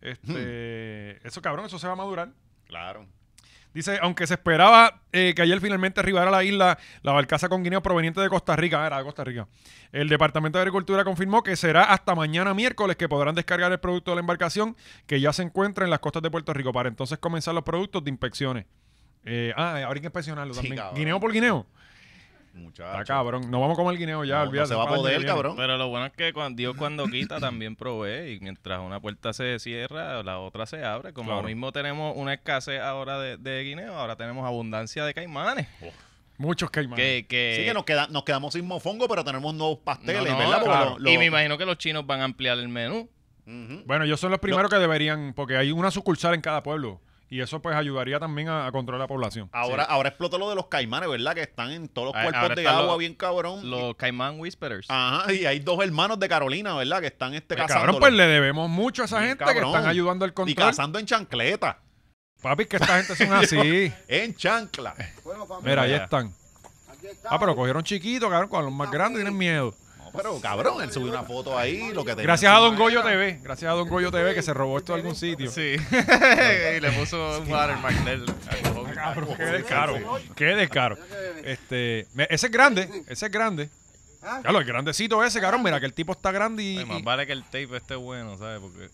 Este, Eso, cabrón, eso se va a madurar. Claro. Dice, aunque se esperaba eh, que ayer finalmente arribara a la isla la barcaza con guineos proveniente de Costa Rica, ah, era de Costa Rica, el Departamento de Agricultura confirmó que será hasta mañana miércoles que podrán descargar el producto de la embarcación que ya se encuentra en las costas de Puerto Rico para entonces comenzar los productos de inspecciones. Eh, ah, ahora hay que inspeccionarlo Sí, también. cabrón. Guineo por guineo. Muchacho. Está cabrón. No vamos a comer guineo ya, No, no olvídate. se va a para el año que poder, viene. cabrón. Pero lo bueno es que cuando Dios cuando quita también provee y mientras una puerta se cierra, la otra se abre. Como Claro. mismo tenemos una escasez ahora de, de guineo, ahora tenemos abundancia de caimanes. Muchos caimanes. Que, que- Sí que nos, queda- nos quedamos sin mofongo, pero tenemos nuevos pasteles, No, no, ¿verdad? Porque claro. lo- lo- Y me imagino que los chinos van a ampliar el menú. Ujú. Bueno, ellos son los primeros que deberían, porque hay una sucursal en cada pueblo. Y eso pues ayudaría también a, a controlar la población. Ahora, ahora explotó lo de los caimanes, ¿verdad? Que están en todos los Ah, cuerpos ahora de están agua los- bien cabrón. Los Caimán Whisperers. Ah, Ajá, y hay dos hermanos de Carolina, ¿verdad? Que están este Pues, cazando. cabrón, pues le debemos mucho a esa Bien, gente que cabrón. están ayudando al Y control. cazando en chancleta. Papi, que esta gente son así. En chancla. Bueno, familia, Mira, ahí Mira. están. aquí estamos. Ah, pero cogieron chiquitos, cabrón, con los más grandes tienen miedo. No, pero cabrón, él subió una foto ahí, lo que tenía Gracias a Don encima. Goyo TV. Gracias a Don Goyo TV que se robó esto de algún sitio. Sí. y le puso un watermark del Ah, Cabrón, Oh, qué descaro. Qué descaro. Este, me- ese es grande, ese es grande. ¿Ah? Claro, el grandecito ese, cabrón. Mira que el tipo está grande y. Más y- vale que el tape esté bueno, ¿sabes? Porque.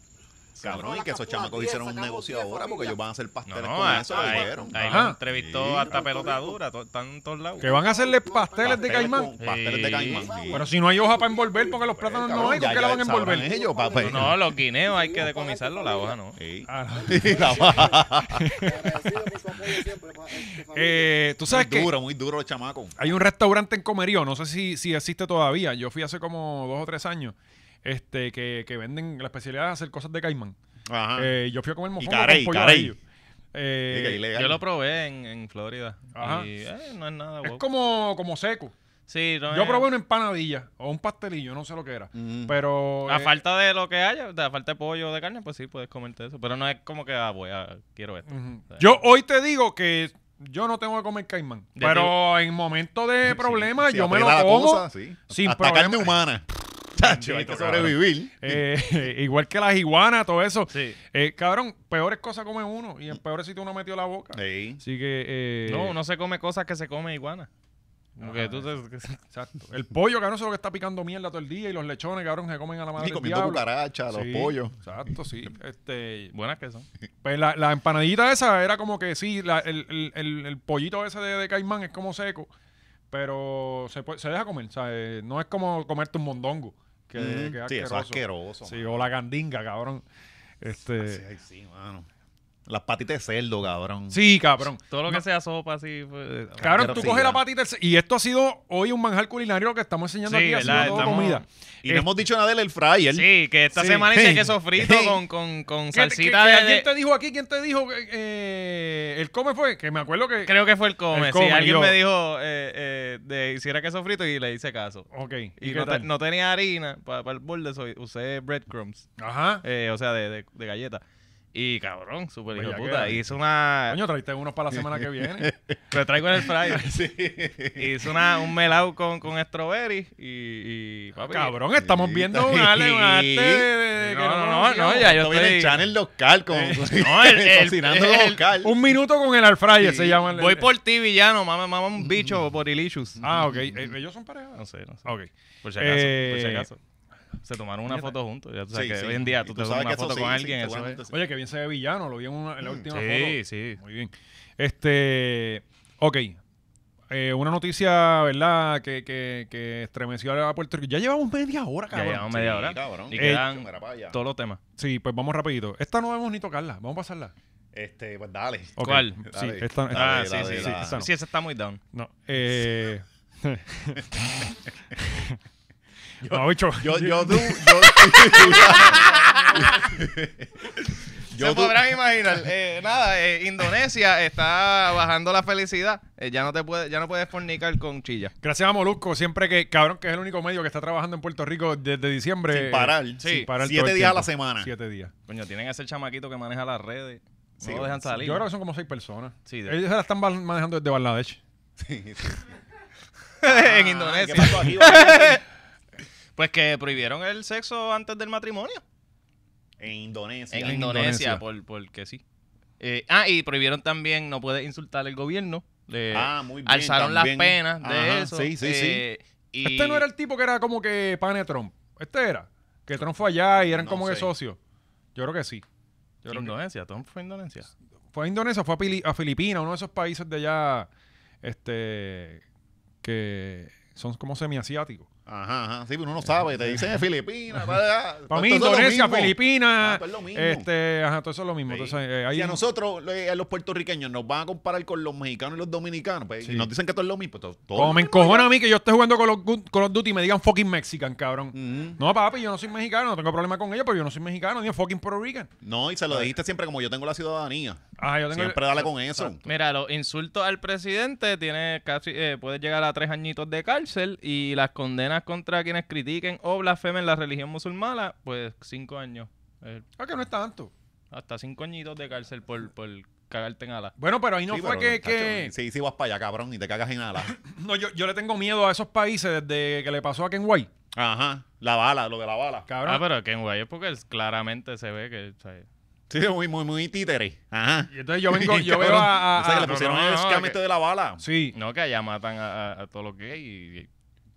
Cabrón, y que esos chamacos hicieron un negocio ahora porque ellos van a hacer No, pasteles no, con ahí, eso, lo ahí- vieron. ahí Ajá. lo entrevistó Sí. hasta pelota dura, to- están en todos lados. Que van a hacerle pasteles de Pasteles caimán. con- Pasteles de Sí. caimán. sí. Pues, Pero si no hay hoja para envolver, porque los plátanos no Cabrón, hay, ¿con ya- qué la ya van a sabrán envolver? ellos, papá. No, los guineos hay que decomisarlo, la hoja no. Sí. Ah, no. Agradecido por su apoyo siempre, fa- este, familia. Eh, Tú sabes muy que duro, muy duro los chamacos. Hay un restaurante en Comerío, no sé si, si existe todavía. Yo fui hace como dos o tres años. Este, que, que venden la especialidad de hacer cosas de caimán. Ajá. Eh, yo fui a comer mofongo carey, con pollo carey. amarillo. Eh, Diga, ilegal. Yo lo probé en, en Florida. Ajá. Y eh, no es nada es guapo. como, como seco. Sí, no Yo es- probé una empanadilla o un pastelillo, no sé lo que era. Mm. Pero. A eh, falta de lo que haya, de a falta de pollo o de carne, pues sí, puedes comerte eso. Pero no es como que, ah, voy a, quiero esto. ujú. Yo hoy te digo que yo no tengo que comer caimán. Ya Pero en momentos de Sí, problemas, sí, yo me lo aprieta la como. cosa, sí. sin Hasta carne problema. humana. Chacho, hay que Bendito, cabrón. sobrevivir. Eh, igual que las iguanas, todo eso. Sí. Eh, cabrón, peores cosas come uno Mm. y en peores sitios uno metió la boca. Sí. Así que. eh, No, uno se come cosas que se come iguana. Como que tú te- Exacto. El pollo, cabrón, solo que está picando mierda todo el día y los lechones, cabrón, se comen a la madre. Y del comiendo diablo. cucaracha, los Sí, pollos. Exacto, sí. Este, Buenas que son. pues la, la empanadita esa era como que sí, la- el, el- el- el pollito ese de, de caimán es como seco, pero se, puede- se deja comer. O sea, eh, no es como comerte un mondongo. Que, Mm, que es sí, eso es asqueroso. Sí, o la gandinga, cabrón. mano. Así, Este, ay, sí, mano. Las patitas de cerdo, cabrón. sí, cabrón. Todo lo No, que sea sopa así. pues, Cabrón, tú Asquerosidad. coges la patita del ce- y esto ha sido hoy un manjar culinario lo que estamos enseñando Sí, aquí, ha sido ¿verdad? todo Estamos- comida. Y no hemos dicho nada del air fryer. Sí, que esta Sí. semana hice Sí. queso frito Sí. con, con, con ¿Qué- salsita qué- qué- de- ¿Quién te dijo aquí? ¿Quién te dijo? que, eh, el come fue, que me acuerdo que... Creo que fue el come. El sí, come, alguien yo. me dijo eh, eh, de hiciera queso frito y le hice caso. Ok. Y, qué no, te- tal? no tenía harina para el borde, so- usé breadcrumbs, Ajá. eh, o sea, de, de, de galleta. Y cabrón, súper hijo de Bellaquera. puta. Hice una. Coño, traiste unos para la semana que viene. Lo traigo en el fryer. Sí. Hice una, un melao con, con strawberry y. y papi, Ah, Cabrón, estamos Sí, viendo está- un ale- un arte de, de- de No, que no, no, conocíamos. no, ya Esto Ah, yo viene estoy. Eh, en Channel de Oscar con, no, el- el- cocinando el- con Oscar. Un minuto con el alfrayer Sí. se llama. el- Voy el- por ti, villano, mamá, mamá, un bicho por Ilicious. Ah, ok. Eh, Ellos son pareja. No sé, no sé. Ok. Por si acaso, por si Eh, acaso. Se tomaron una foto juntos. Ya tú sabes Sí, que sí. hoy en día tú, Y te tomas sabes una que eso foto sí, con sí, alguien. eso seguramente es. sí. Oye, que bien se ve villano. Lo vi en, una- en la última Sí, foto. sí. Muy bien. Este. Ok. Eh, una noticia, ¿verdad? Que, que, que estremeció a Puerto Rico. Ya llevamos media hora, Ya cabrón. llevamos media Sí, hora. cabrón. Y Eh, quedan Mira para allá. todos los temas. Ah, Sí, pues vamos rapidito. Esta no debemos ni tocarla. Vamos a pasarla. Este, pues dale. Ok. ¿Cuál? Sí, Dale. esta, esta- Ah, Dale, sí, dale, sí, sí. dale. esa no. Sí, esa está muy down. No. Eh. no, bicho. Yo, yo, tú, yo- yo Se tú- podrán imaginar. Eh, nada, eh, Indonesia está bajando la felicidad. Eh, ya no te puede, ya no puedes fornicar con chilla. Gracias a Molusco, siempre que, cabrón, que es el único medio que está trabajando en Puerto Rico desde diciembre. Sin parar. eh, Sí, parar siete todo el días a la tiempo. semana. Siete días. Coño, tienen ese chamaquito que maneja las redes. No Sí, lo dejan salir. Yo creo que son como seis personas. Sí, de- Ellos se la están ba- manejando desde Bangladesh. Sí, sí. en Ah, Indonesia. ¿qué pasó aquí, Valeria? Pues que prohibieron el sexo antes del matrimonio. en Indonesia. En en Indonesia, Indonesia. por, porque sí. Eh, ah, y prohibieron también, no puedes insultar al gobierno. Le Ah, muy bien, alzaron también. las penas de Ajá, eso. sí, sí, sí. eh, y- Este no era el tipo que era como que pane a Trump. Este era. Que Trump fue allá y eran No como que sé. socios. Yo creo que sí. Yo creo que- Indonesia, Tom fue a Indonesia. fue a Indonesia, fue a, Pili- a Filipinas, uno de esos países de allá, este, que son como semiasiáticos. Ajá, ajá. Sí, pero uno no sabe. Te dicen en Filipinas. Para, Para mí, Indonesia, Filipinas, Ah, pues lo mismo. este, ajá, todo eso es lo mismo. Sí. Entonces, eh, ahí- Si a nosotros, le- a los puertorriqueños, nos van a comparar con los mexicanos y los dominicanos, pues, Sí. y nos dicen que todo es lo mismo. Todo, todo como me es lo mismo. encojona a mí que yo esté jugando con los Gu- Call of Duty y me digan fucking Mexican, cabrón. Ujú. No, papi, yo no soy mexicano, no tengo problema con ellos, pero yo no soy mexicano, ni fucking Puerto Rican. No, y se lo dijiste siempre como yo tengo la ciudadanía. Ah, yo tengo Siempre dale con eso. Mira, los insultos al presidente tiene casi, eh, puede llegar a tres añitos de cárcel y las condenas contra quienes critiquen o blasfemen la religión musulmana, pues cinco años. Eh, Ah, que no es tanto. hasta cinco añitos de cárcel por, por cagarte en ala. Bueno, pero ahí no Sí, fue pero, que... chacho, que- Sí, sí, vas para allá, cabrón, y te cagas en ala. No, yo, yo le tengo miedo a esos países desde que le pasó a Kenway. Ajá. La bala, lo de la bala. Cabrón, Ah, pero que en Guay es porque es- claramente se ve que... o sea, Sí, muy, muy, muy títere. Ajá. Y entonces yo vengo, yo Cabrón. veo a- a- O sea, que a- le pusieron no, no, el no, scam que- este de la bala. sí. no que allá matan a, a- a todos los gays y... y-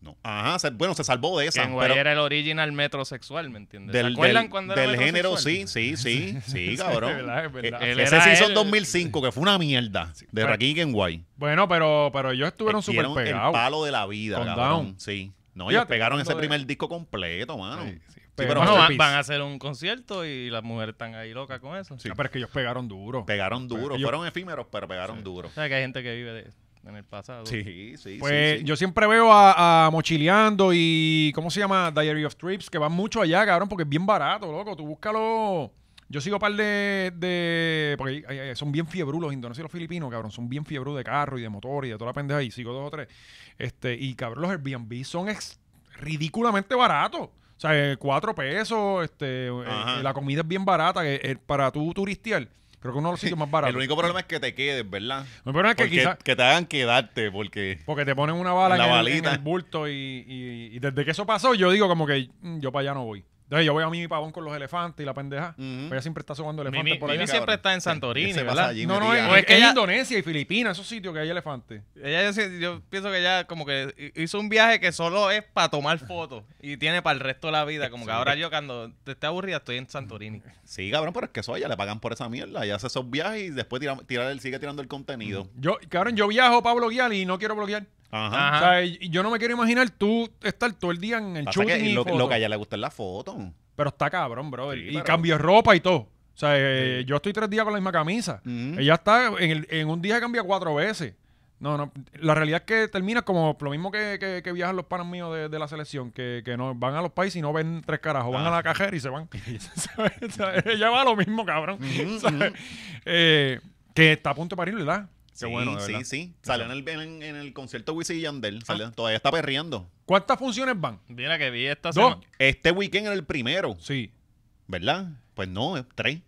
No. Ajá, se- bueno, se salvó de que esa. en Guay pero era el original metrosexual, ¿me entiendes? ¿Se del, acuerdan del- cuando era del género, sí, metrosexual? sí, sí, sí, cabrón. Es verdad, es verdad. Eh, Él ese era sí son él. 2005, que fue una mierda. De Bueno. Raquín en Guay. Bueno, pero, pero ellos estuvieron Fueron súper El pegados. palo de la vida, Countdown. cabrón. Sí. No, ellos Fíjate, pegaron ese hablando de- primer disco completo, mano. Sí, Sí, sí, pegó. pero Bueno, Bueno, van, Elvis. van a hacer un concierto y las mujeres están ahí locas con eso. Ah, pero es que ellos pegaron duro. pegaron duro. Ellos- Fueron efímeros, pero pegaron duro. O sea, que hay gente que vive de- en el pasado. Sí, sí, pues sí, sí. yo siempre veo a, a Mochileando y. ¿Cómo se llama? Diary of Trips, que van mucho allá, cabrón, porque es bien barato, loco. Tú búscalo. Yo sigo par de. de- porque ahí- ahí- ahí son bien fiebrú los indonesios y los filipinos, cabrón. Son bien fiebrú de carro y de motor y de toda la pendeja. Y sigo dos o tres. Este, y cabrón, los Airbnb son ex- ridículamente baratos. O sea, eh, cuatro pesos. Este, eh, Ajá. eh, la comida es bien barata. que, eh, para tú turistear, creo que uno de los sitios más baratos. El único problema es que te quedes, ¿verdad? El problema es que Porque- quizá- que te hagan quedarte, porque. Porque te ponen una bala La en, el, en balita. el bulto y, y- y desde que eso pasó, yo digo como que mm, yo para allá no voy. Entonces yo voy a Mimi Pavón con los elefantes y la pendeja. Ujú. Pero ella siempre está sobando elefantes Mimi, por ahí. Mimi cabrón. siempre está en Santorini, Ese pasa ¿verdad? allí, No, no, metida. es, O es que es ella- Indonesia y Filipinas, esos sitios que hay elefantes. Ella, yo, sí- yo pienso que ella como que hizo un viaje que solo es para tomar fotos y tiene para el resto de la vida. Como que ahora yo cuando te esté aburrida estoy en Santorini. Sí, cabrón, pero es que eso a ella le pagan por esa mierda. Ella hace esos viajes y después tira, tira- sigue tirando el contenido. Yo, cabrón, yo viajo para bloguear y no quiero bloguear. Ajá. O sea, y- y yo no me quiero imaginar tú estar todo el día en el Pasa shooting que y lo, fotos. lo que a ella le gusta es la foto. Pero está cabrón, brother. Sí, y pero- cambio de ropa y todo. O sea, eh, yo estoy tres días con la misma camisa. Ujú. Ella está en, el- en un día cambia cuatro veces. No, no. La realidad es que termina como lo mismo que, que- que viajan los panas míos de, de la selección, que, que no van a los países y no ven tres carajos, van Ah. a la cajera y se van. ¿Sabes? O sea, Ella va a lo mismo, cabrón. Ujú, ¿Sabes? Eh, que está a punto de parir, ¿verdad? Qué sí, bueno, de sí, verdad. sí. Salió en el, en, en el concierto Wisin y Yandel. Salió- Todavía está perreando. ¿Cuántas funciones van? Mira que vi esta Dos. semana. Este weekend era el primero, Sí, ¿verdad? Pues no, es tres.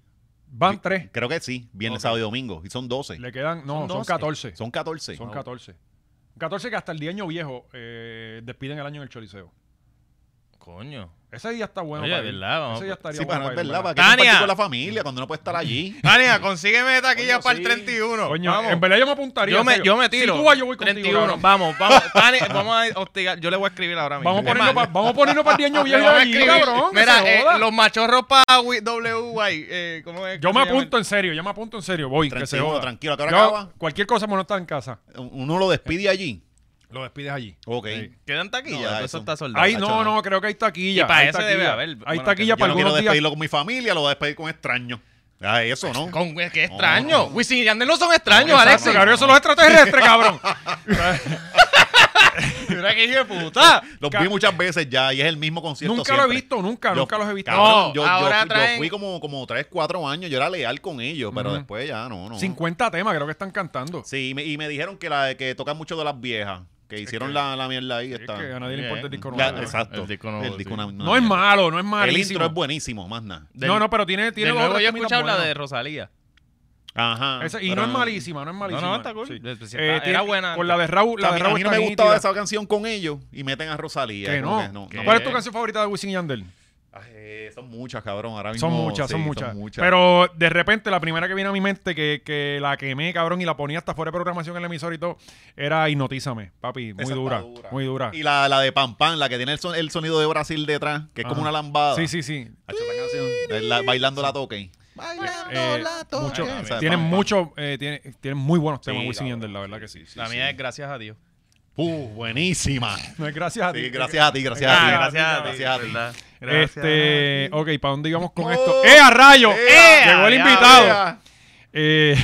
van tres. Creo que sí. Viernes, Ok. sábado y domingo. Y son 12. Le quedan, no, Son son, 12. 14. Son 14. Son Ah, 14. 14 que hasta el día año viejo eh, despiden el año en el Choliseo. Coño. Ese día está bueno. Oye, para ir. ¿verdad? Vamos Ese día a- estaría Sí, bueno. para no es para ir, verdad, ¿verdad? para que compartir Tania. con la familia cuando no puede estar allí. Tania, consígueme taquilla Coño, para sí. el 31. Coño, Vamos. en verdad yo me apuntaría. yo, en me, serio. yo me tiro. Si tú vas, yo voy contigo. 31. cabrón. Vamos, vamos. Tania, vamos a hostigar. Yo le voy a escribir ahora mismo. Vamos a Es ponerlo más, para vamos a ponerlo para el día año le viejo vamos a allí, escribir. cabrón. que Mira, se eh, joda. los machorros para WY. Eh, ¿Cómo es? yo que me se llama? apunto en serio, yo me apunto en serio. Voy, que se 31, joda. tranquilo, ¿a qué hora Yo- acaba? Cualquier cosa, bueno, está en casa. Uno lo despide allí. Lo despides allí. Ok. Sí. Quedan taquillas. No, ya, Todo eso- eso está soldado. Ahí macho, no, no, creo que hay taquilla. Y para hay eso taquilla. debe haber. Hay Bueno, taquilla que Yo para no quiero algunos días. despedirlo con mi familia, lo voy a despedir con extraños. Ah, eso no. Con, qué No, extraño. no, no. Wisin y Yandel no son extraños, No, Alex. Exacto, cabrón, son los extraterrestres, cabrón. Mira que hijo de puta. Los Ca- vi muchas veces ya y es el mismo concierto. Nunca lo he siempre. visto, nunca, Yo- nunca los he visto. cabrón, No, yo, yo ahora fui- yo traen- fui como, como 3, 4 años, yo era leal con ellos, pero Ujú. después ya no, no. 50 temas creo que están cantando. Sí, y me, y me dijeron que la que tocan mucho de las viejas, que hicieron que- la, la mierda ahí. Es que Está. a nadie le importa el disco La- nuevo. ¿verdad? exacto. El disco nuevo, sí. una- una No es mierda. malo, no es El malísimo. intro es buenísimo, más nada. Del- no, no, pero tiene, tiene de dos o nuevo tres yo he escuchado minas la de buenas. Rosalía. Ajá. Esa- y pero- no es malísima, no es malísima. no, está cool. Sí. Pues, pues, Eh, está- era tiene- buena Con la de Raúl, O la sea, a de mí, a Raúl mí no está me gustaba nítida. esa canción con ellos y meten a Rosalía. Que es como no. que no, no. ¿Cuál es ¿Qué? tu canción favorita de Wisin y Yandel? Ay, eh, son muchas, cabrón. Ahora mismo. Son muchas, sí, son muchas, muchas. Pero de repente la primera que vino a mi mente, que, que la quemé, cabrón, y la ponía hasta fuera de programación en el emisor y todo, era Hipnotízame, papi. Muy Esa está dura, muy dura. Y la, la de Pam Pam, la que tiene el, son- el sonido de Brasil detrás, que es Ajá. como una lambada. Sí, sí, sí. Hacho, esa canción, la- bailando la toque. Bailando Eh, mucho- O sea, tienen Pam Pam. mucho, eh, tiene- tienen, muy buenos temas Sí, Wisin y cabrón, Yandel, la verdad que sí. La mía es gracias a Dios. Uh, buenísima. No es gracias a ti. Sí, gracias a ti, gracias a ti. Ah, Gracias a ti. ¿verdad? Gracias a ti. Este, ok, ¿para dónde íbamos con ¡Oh! esto? ¡Eh, a rayo! ¡Ea! Llegó el ¡Ea! invitado. Mira, Eh,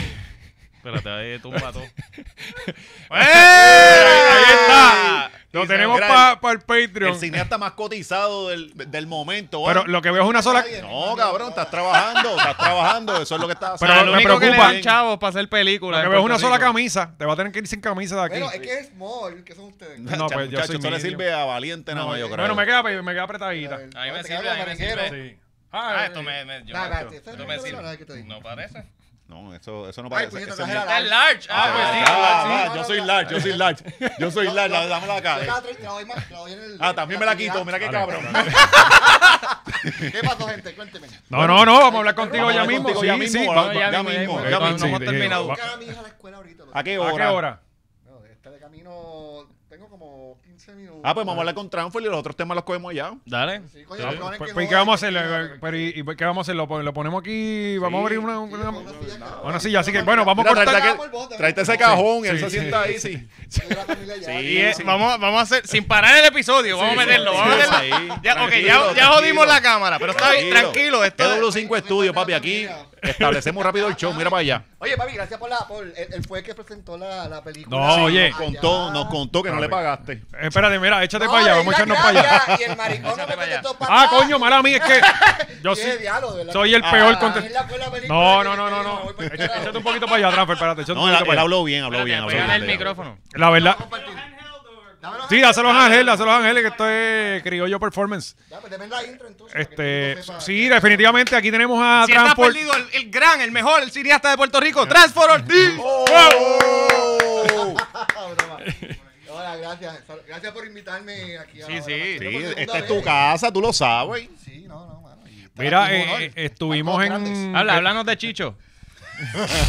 Espérate, ahí tumba todo. ahí está. Lo Sí, tenemos mira, para el El Patreon. cineasta más cotizado del, del momento. ¿eh? Pero lo que veo es una sola. No, cabrón, estás trabajando, estás trabajando. Eso es lo que estás Pero Pero me lo único que le preocupa- dan chavos para hacer películas. Lo que en veo es Puerto una sola Rico. camisa. Te va a tener que ir sin camisa de aquí. Bueno, es que es small, que son ustedes. No, pues yo Muchacho, soy esto le medio. eh, sirve a Valiente nada más, yo creo. Bueno, me queda, me queda apretadita. Pero, A mí me te sirve, quedas a mí me como sirve. marinero. Sí. Ah, Ah, esto me, me, yo, Nah, nah, esto- esto esto no este me es verdad que te sirve. digo. No parece. No, eso, eso no Ay, parece. puñeta, ese es cajera mi- Está large. Ah, pues sí. Ah, sí. va, No, yo no, soy no. large, yo soy large. Yo soy large, la- dámela Te acá. queda tres, te la doy más, te la doy en el- Ah, también me la quito, mira qué Vale, cabrón. ¿Qué pasó, gente? Cuénteme. No, no, no, vamos a hablar contigo Vamos a ya hablar mismo. contigo Sí, ya sí, mismo, va- va- va- ya ya mismo, ya mismo, ya mismo. No, no mismo. hemos sí, terminado. va- Buscar a mi hija a la escuela ahorita. loco. ¿A qué ¿A qué hora? hora? No, está de camino. Tengo como 15 minutos. Ah, pues vamos a hablar con Transfer y los otros temas los cogemos allá. Dale. Sí, coño, Ah, no, no, no, pues, que pues, ¿y no, ¿Qué vamos a que no, hacer? que- Pero, ¿y- y qué vamos a hacer? ¿Lo, pon- lo ponemos aquí? ¿Vamos a abrir una, Sí, una- con una silla, cabrón. Una silla, así que bueno, Mira, vamos a Mira, cortar. tráete, acá- aquel- tráete ese cajón, él se sienta ahí, sí. yo la familia ya. Sí, Y eh, sí. vamos, vamos a hacer, sin parar el episodio, vamos a meterlo, sí, vamos a sí, meterlo. ahí. Ya, ok, Tranquilo, ya, ya jodimos tranquilo. la cámara, pero está bien, tranquilo, esto es- W5 Estudio, papi, aquí establecemos rápido el show, mira para allá. Oye, papi, gracias por la. Por, él, él fue el que presentó la, la película. No, oye. Allá. Contó, nos contó que no le pagaste. Eh, Espérate, mira, échate No, para allá, le di vamos a las echarnos para allá. gracias, Y el maricón no Échate me para allá. contestó para Ah, coño, mala mía, es que yo Sí, sí- diablo, de verdad. soy el Ah, peor él contestador. la fue la película No, que no, yo no, te no, digo, no. voy para Echa- atrás. Échate un poquito para allá, Transfer, espérate, échate un No, él, poquito él para allá. habló bien, habló bien. Habló bien, Pégale el habló bien. micrófono. La verdad. Dámelo, Sí, dáselo a Ángel, dáselo a Ángel, que esto es criollo performance. Ya, pues, deme la intro entonces. para que Este, todo sepa. sí, definitivamente aquí tenemos a Si está Transport. perdido el, el gran, el mejor, el cineasta de Puerto Rico, Transfor Ortiz. ¡Oh! Ah, broma. Hola, gracias. Gracias por invitarme aquí. a la- Sí, a la- sí. este Yo por Sí, segunda esta es vez. tu casa, tú lo sabes. Sí, no, no. Mira, Tengo un honor. eh, estuvimos Las en. cosas grandes. Habla, eh, háblanos de Chicho.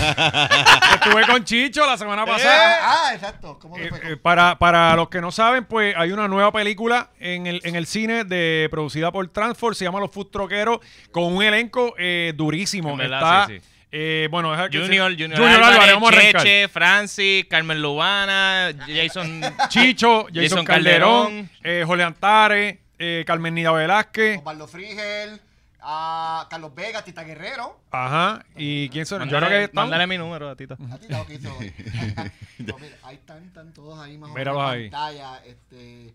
Estuve con Chicho la semana pasada. Ah, ah, exacto. ¿Cómo te Eh, fue? eh, para, para los que no saben, pues hay una nueva película en el, en el cine de producida por Transforce, se llama Los Food Troqueros, con un elenco eh, durísimo. En verdad, Está, sí, sí. eh, bueno, deja que- Junior, Junior, Álvarez, Álvarez, vamos a arrancar. Cheche, Francis, Carmen Lubana, Jason... Chicho, Jason, Jason Calderón, Calderón. eh, Jorge Antares, eh, Carmen Nida Velázquez, Osvaldo Frigel, a Carlos Vega, Tita Guerrero. ajá, y quién son, yo Mándale- creo que están, Mándale mi número a Tita. A Tita lo que hizo. No, mira, ahí están, están todos ahí más o menos Míralos en ahí. pantalla. Este,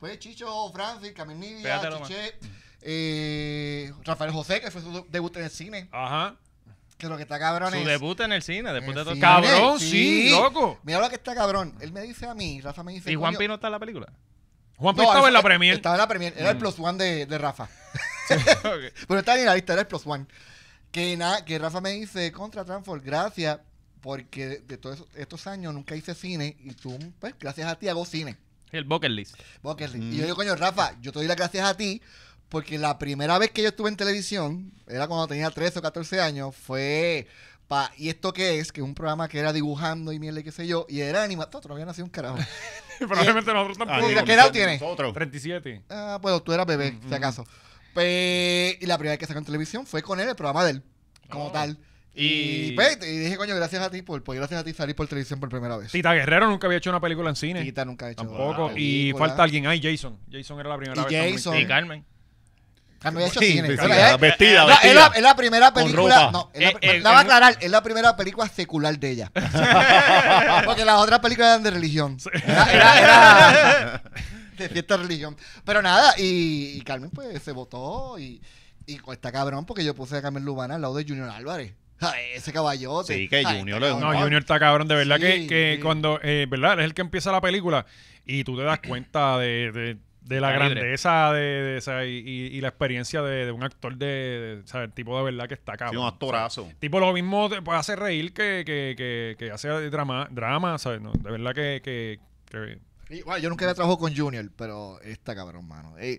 pues Chicho, Francis, Carmenidia, Pégatelo más. Chiche, eh, Rafael José, que fue su debut en el cine. ajá, Que lo que está cabrón Su es... debut en el cine, después de en todo... cine. Cabrón, sí, loco. Mira lo que está cabrón. Él me dice a mí, Rafa me dice. ¿Y Juan coño, Pino está en la película? Juan No, estaba en la él- premier, Mm. Estaba en la premier. Era el plus one de, de Rafa. Ok. Pero estaba en la lista, era el plus one. Que, nada, que Rafa me dice, contra Transform, gracias, porque de, de todos esos- estos años nunca hice cine y tú, pues, gracias a ti hago cine. El bucket list. Bucket list. Mm. Y yo digo, coño, Rafa, yo te doy las gracias a ti porque la primera vez que yo estuve en televisión, era cuando tenía 13 o 14 años, fue pa ¿y esto qué es? Que un programa que era dibujando y mierda y qué sé yo, y era animado, todavía nací un carajo. probablemente nosotros Ah, tampoco, mira, ¿qué edad tiene? Nosotros. 37, Ah, bueno, tú eras bebé, si acaso. Pe- y la primera vez que sacó en televisión fue con él, el programa de él, Oh. como tal. Y, Y- pues, y dije, coño, gracias a ti, por, por gracias a ti salí por televisión por primera vez. Tita Guerrero nunca había hecho una película en cine, Tita nunca ha hecho tampoco, una y película. falta alguien, ay, Jason, Jason era la primera Y vez también. Jason. Y Carmen. Ah, no había hecho Sí, cine. vestida, Pero, eh, vestida, no, vestida. es, la, es la primera Con película. ropa. No, es la, Eh, eh, la va a eh, aclarar, es la primera película secular de ella. Porque las otras películas eran de religión. Era, era- era de cierta religión. Pero nada, y, y Carmen pues se votó y, y pues, está cabrón porque yo puse a Carmen Lubana al lado de Junior Álvarez. Ay, Ese caballote. este Sí, que Ay, Junior lo- No, Ajá. Junior está cabrón, de verdad que, Sí, que sí. cuando, eh, ¿verdad? Él Es el que empieza la película y tú te das cuenta de, de- de la Calibre. grandeza de, de- o sea, y, y- y la experiencia de, de un actor de, de- o sea, el tipo de verdad que está Sí, cabrón. un actorazo. Tipo, lo mismo te- pues, hace reír que, que, que, que hace drama, drama ¿sabes? No, de verdad que... que- que- Y, bueno, yo nunca había trabajado con Junior, pero está cabrón, mano. Eh,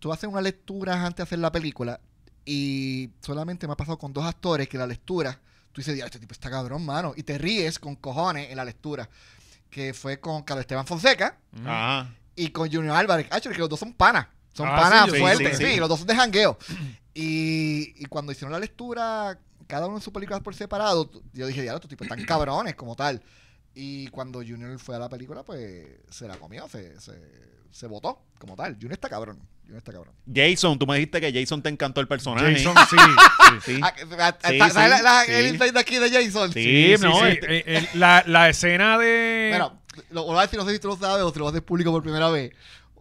tú haces unas lecturas antes de hacer la película y solamente me ha pasado con dos actores que la lectura, tú dices, "Diablo, este tipo está cabrón, mano. Y te ríes con cojones en la lectura. Que fue con Carlos Esteban Fonseca Mm. Ajá. y con Junior Álvarez. Actually, que los dos son panas. Son Ah, panas sí, yo- sí, fuertes. Sí, sí, sí. los dos son de jangueo. Y, y cuando hicieron la lectura, cada uno en su película por separado, tu- yo dije, diablo, estos tipos están cabrones como tal. Y cuando Junior fue a la película, pues se la comió, se, se, se votó como tal. Junior está cabrón. Junior está cabrón. Jason, tú me dijiste que Jason te encantó el personaje. Jason, sí. sí. Sí. Ah, que- ah, Sí, está- sí, ¿sabes la- la- sí. El insight de aquí de Jason. Sí, Sí, sí, no, sí. eh, eh, eh, la, la escena de... Bueno, lo voy a decir, no sé si tú lo sabes o si lo haces público por primera vez.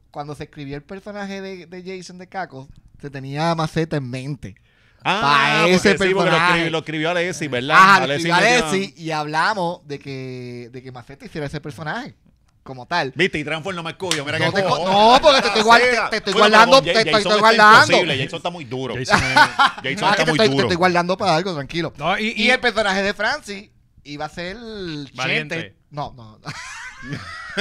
Cuando se escribió el personaje de, de Jason de Caco, se tenía a Maceta en mente. Pa' Ah, porque ese sí, porque lo personaje. Mm. escribió, lo escribió Alessi, ¿verdad? Ajá, lo Alessi escribió metió- Alexis y hablamos de que, de que Maceta hiciera ese personaje como tal. Viste, y Transform no me escudió. Mira No, que te co- cojo. no, porque te estoy guard- te- te estoy guardando, pero con Ja- te estoy- Jason estoy está guardando. imposible, Jason está muy duro. Jason, eh, Jason No, es que está te muy estoy, te duro. estoy guardando para algo, tranquilo. no, y, Y, y- el personaje de Francis iba a ser Valiente. Chente. No, no.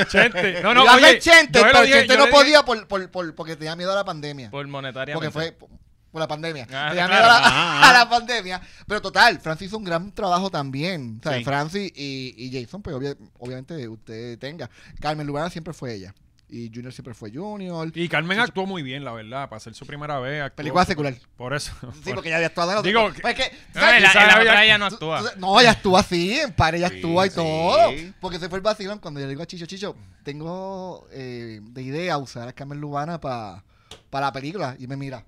Chente. No, no, iba oye, a ser Chente, yo le pero dije- Chente yo no le dije- podía por, por, por- porque tenía miedo a la pandemia. Por monetariamente. porque fue por por la pandemia. Ah, tenía claro. miedo a la, Ajá. a la pandemia. Pero total, Francis hizo un gran trabajo también. O sea, Sí. Francis y, y Jason, pues obvia- obviamente usted tenga. Carmen Lugana siempre fue ella. Y Junior siempre fue Junior. Y Carmen actuó muy bien, la verdad, para ser su primera vez. actuó- Película secular. Por eso. Sí, porque ya había actuado en otro- Digo, Pues es que, No, en ¿sabes? la, en la Quizás otra había- ella no Tú- actúa. tú- no, ella actúa así, en par, ella Sí, actúa y sí. todo. Porque se fue el vacilón cuando yo le digo a Chicho, Chicho, tengo eh, de idea usar a Carmen Lubana para la película. Y me mira.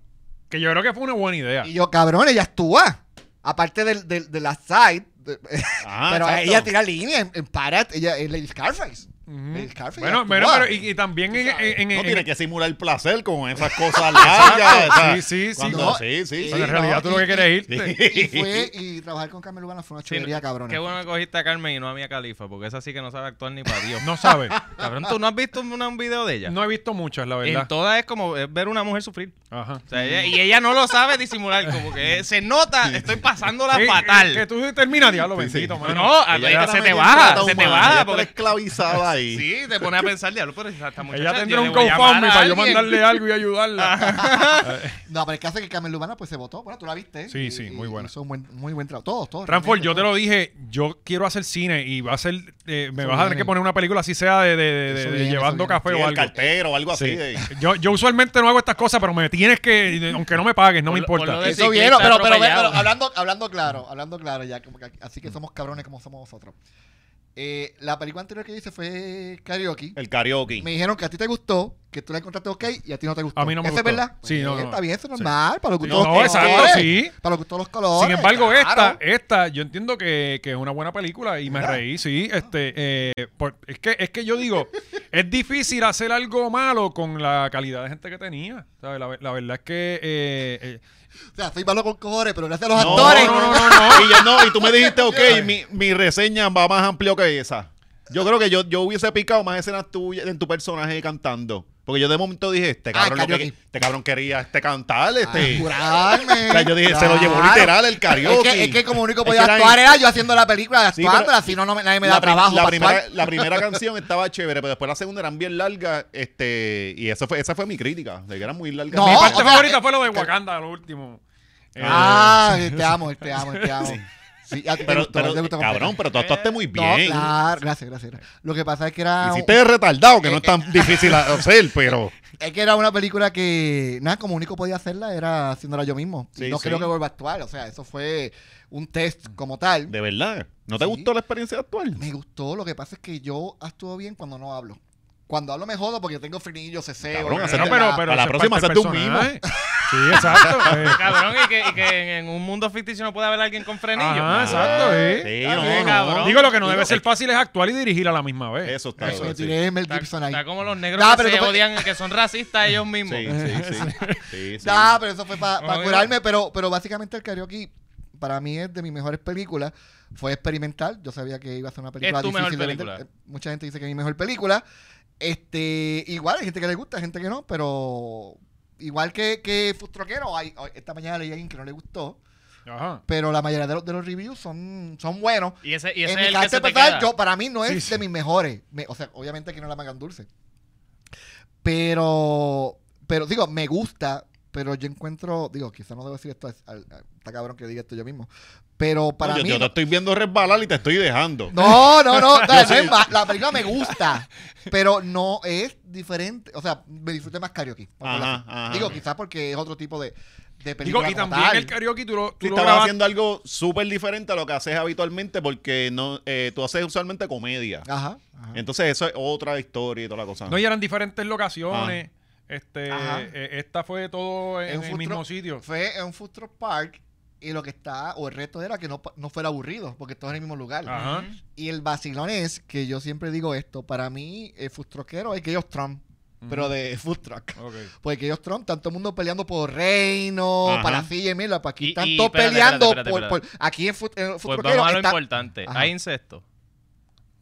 que yo creo que fue una buena idea. Y yo, cabrón, ella actúa. Aparte del, del- de la side, de- Ah, Ajá, pero Ah, exacto. ella tira línea en, en Parat, ella es Lady Scarface. Ujú. El Scarface Bueno, actúa. bueno, pero y, y también en, en- en- No en- tiene que simular placer con esas cosas largas. o sea, Sí, sí, sí. cuando- No, sí, sí, y- Pero en sí. realidad no, tú lo que y- quieres Sí. irte. Y fue, y trabajar con Carmen Lubana fue una Sí, chulería, cabrón. Qué bueno que cogiste a Carmen y no a Mia Califa, porque esa sí que no sabe actuar ni para Dios. No sabes. Cabrón, ¿tú no has visto una- un video de ella? No he visto muchas, la En verdad. Mm. todas es como es ver una mujer sufrir. Ajá. O sea, ella- y ella no lo sabe disimular, como que se nota, estoy pasándola Eh, eh, fatal. Que tú terminas, diablo, Sí, sí. bendito, No, mano. no, a- Ella se está te metida en baja, trata se te humana, baja, ella está porque- esclavizada ahí. Sí, te pone a pensar, diablo, pero esta muchacha... Ella yo tendrá le un voy a llamar GoFundMe a para yo alguien. mandarle algo y ayudarla. No, pero el caso es que Carmen Lubana pues se votó. Bueno, tú la viste. ¿eh? Sí, Y- sí, y- muy buena. Hizo un buen, muy buen trabajo. Todos, todos. Ranford, yo realmente, te lo dije, yo quiero hacer cine y va a ser, eh, me Eso vas a tener viene. que poner una película así sea de, de- de- de- Eso de viene, eso llevando viene. café Sí, o el algo. cartero o algo así. Sí. de- Yo, yo usualmente no hago estas cosas, pero me tienes que, aunque no me pagues, no me Por lo- por importa. lo de- Eso ciclista vieron, pero, pero, atropellado. pero hablando, hablando claro, hablando claro ya, como que así Mm. que somos cabrones como somos nosotros. Eh, la película anterior que hice fue Karaoke. El karaoke. Me dijeron que a ti te gustó, que tú la encontraste ok y a ti no te gustó. A mí no me ¿Eso gustó. es verdad? Pues Sí, no, no. Está bien, eso es normal. Para los Sí, gustos no, de los exacto, colores. sí. Para los gustos de los colores. Sin embargo, claro. esta, esta, yo entiendo que, que es una buena película y me ¿Verdad? reí, sí. Este, eh, por- es, que, es que yo digo, es difícil hacer algo malo con la calidad de gente que tenía. ¿sabes? La, ve- la verdad es que... eh, eh, O sea, soy malo con cojones, pero gracias a los No, actores. no, no, no, Y, yo, no, y tú me dijiste, ok, mi, mi reseña va más amplio que esa. Yo creo que yo, yo hubiese picado más escenas tuyas en tu personaje cantando. Porque yo de momento dije, este cabrón, lo que- Ah, karaoke. Ah, este cabrón quería este cantar, este. Ay, jurarme. o sea, yo dije, se lo llevó Claro. literal el karaoke. Es que, es que como único Es podía que la- actuar era yo haciendo la película, Sí, pero- actuándola, si no, no me- nadie me da pri- trabajo. la para primera, actuar. la primera canción estaba chévere, pero después la segunda eran bien larga. Este, y eso fue, esa fue mi crítica, de que eran muy largas. No, mi parte o sea, favorita eh, fue lo de Wakanda, lo último. Eh, Ah, te amo, te amo, te amo. Sí, a ti te pero, gustó, a ti pero, te gustó cabrón, completo. pero tú actuaste muy No, bien. claro, gracias, gracias. Lo que pasa es que era. Hiciste de retardado, que no es Eh, tan difícil hacer, pero. Es que era una película que, nada, como único podía hacerla era haciéndola yo mismo. Y Sí, no sí. Mm. creo que vuelva a actuar. O sea, eso fue un test como tal. De verdad. ¿No te Sí. gustó la experiencia actual? Me gustó. Lo que pasa es que yo actúo bien cuando no hablo. Cuando hablo me jodo porque tengo frenillo, ceseo. Cabrón, bla, hacerte- bla, no, pero, bla. pero a la eso es próxima parte del hazte un mimo. personaje. Sí, exacto. eh. Cabrón, y que, y que en, en un mundo ficticio no puede haber alguien con frenillo. Ajá, Ah, exacto, eh. Sí, Ah, no, sí, no. cabrón. Digo, lo que no Digo, debe ser es- fácil es actuar y dirigir a la misma vez. Eso está Eso, bien, me sí. tiré Mel Está, Gibson ahí. está como los negros Nah, que pero se tú fue- odian, que son racistas ellos mismos. Sí, sí, sí. Sí, sí. Ah, pero eso fue para No, digo- curarme, pero, pero básicamente el karaoke para mí es de mis mejores películas. Fue experimental, yo sabía que iba a ser una película Es tu difícil mejor de vender. película. Eh, Mucha gente dice que es mi mejor película. Este, igual hay gente que le gusta, gente que no, pero igual que, que Fustroquero, hay, hoy- esta mañana leí a alguien que no le gustó, Ajá. pero la mayoría de los, de los reviews son, son buenos. Y ese, y ese es En mi el que caso se te personal, queda. yo para mí no es Sí, sí. de mis mejores. Me- o sea, obviamente que no la mangan dulce. Pero, pero digo, me gusta, pero yo encuentro, digo, quizá no debo decir esto, es- al- al- está cabrón que diga esto yo mismo. Pero para yo, mí. yo te no, estoy viendo resbalar y te estoy dejando. no, no, no, no, no es ma- la película me gusta, pero no es diferente. O sea, me disfruté más karaoke. por Ajá, decirlo así. ajá. digo, quizá porque es otro tipo de, de película. Digo, y como también tal. el karaoke tú lo, tú Tú lo estabas grabas- haciendo algo súper diferente a lo que haces habitualmente porque no, eh, tú haces usualmente comedia. Ajá. ajá. Entonces eso es otra historia y toda la cosa. No, y eran diferentes Ah. locaciones. Este, Ajá. eh, esta fue todo en, En el food mismo truck. sitio. Fue en un food truck park y lo que está, o el reto era que no, pa- no fuera aburrido, porque todo en el mismo lugar. Ajá. Y el vacilón es, que yo siempre digo esto, para mí el food truckero es que ellos Trump, pero de food truck. Ok. Porque que ellos Trump, tanto mundo peleando por reino, Ajá. para silla y mira, para aquí Y- están y todos espérate, peleando espérate, por, espérate, por- aquí en food, en el food Pues truckero vamos a lo está- importante. Ajá. Hay insectos.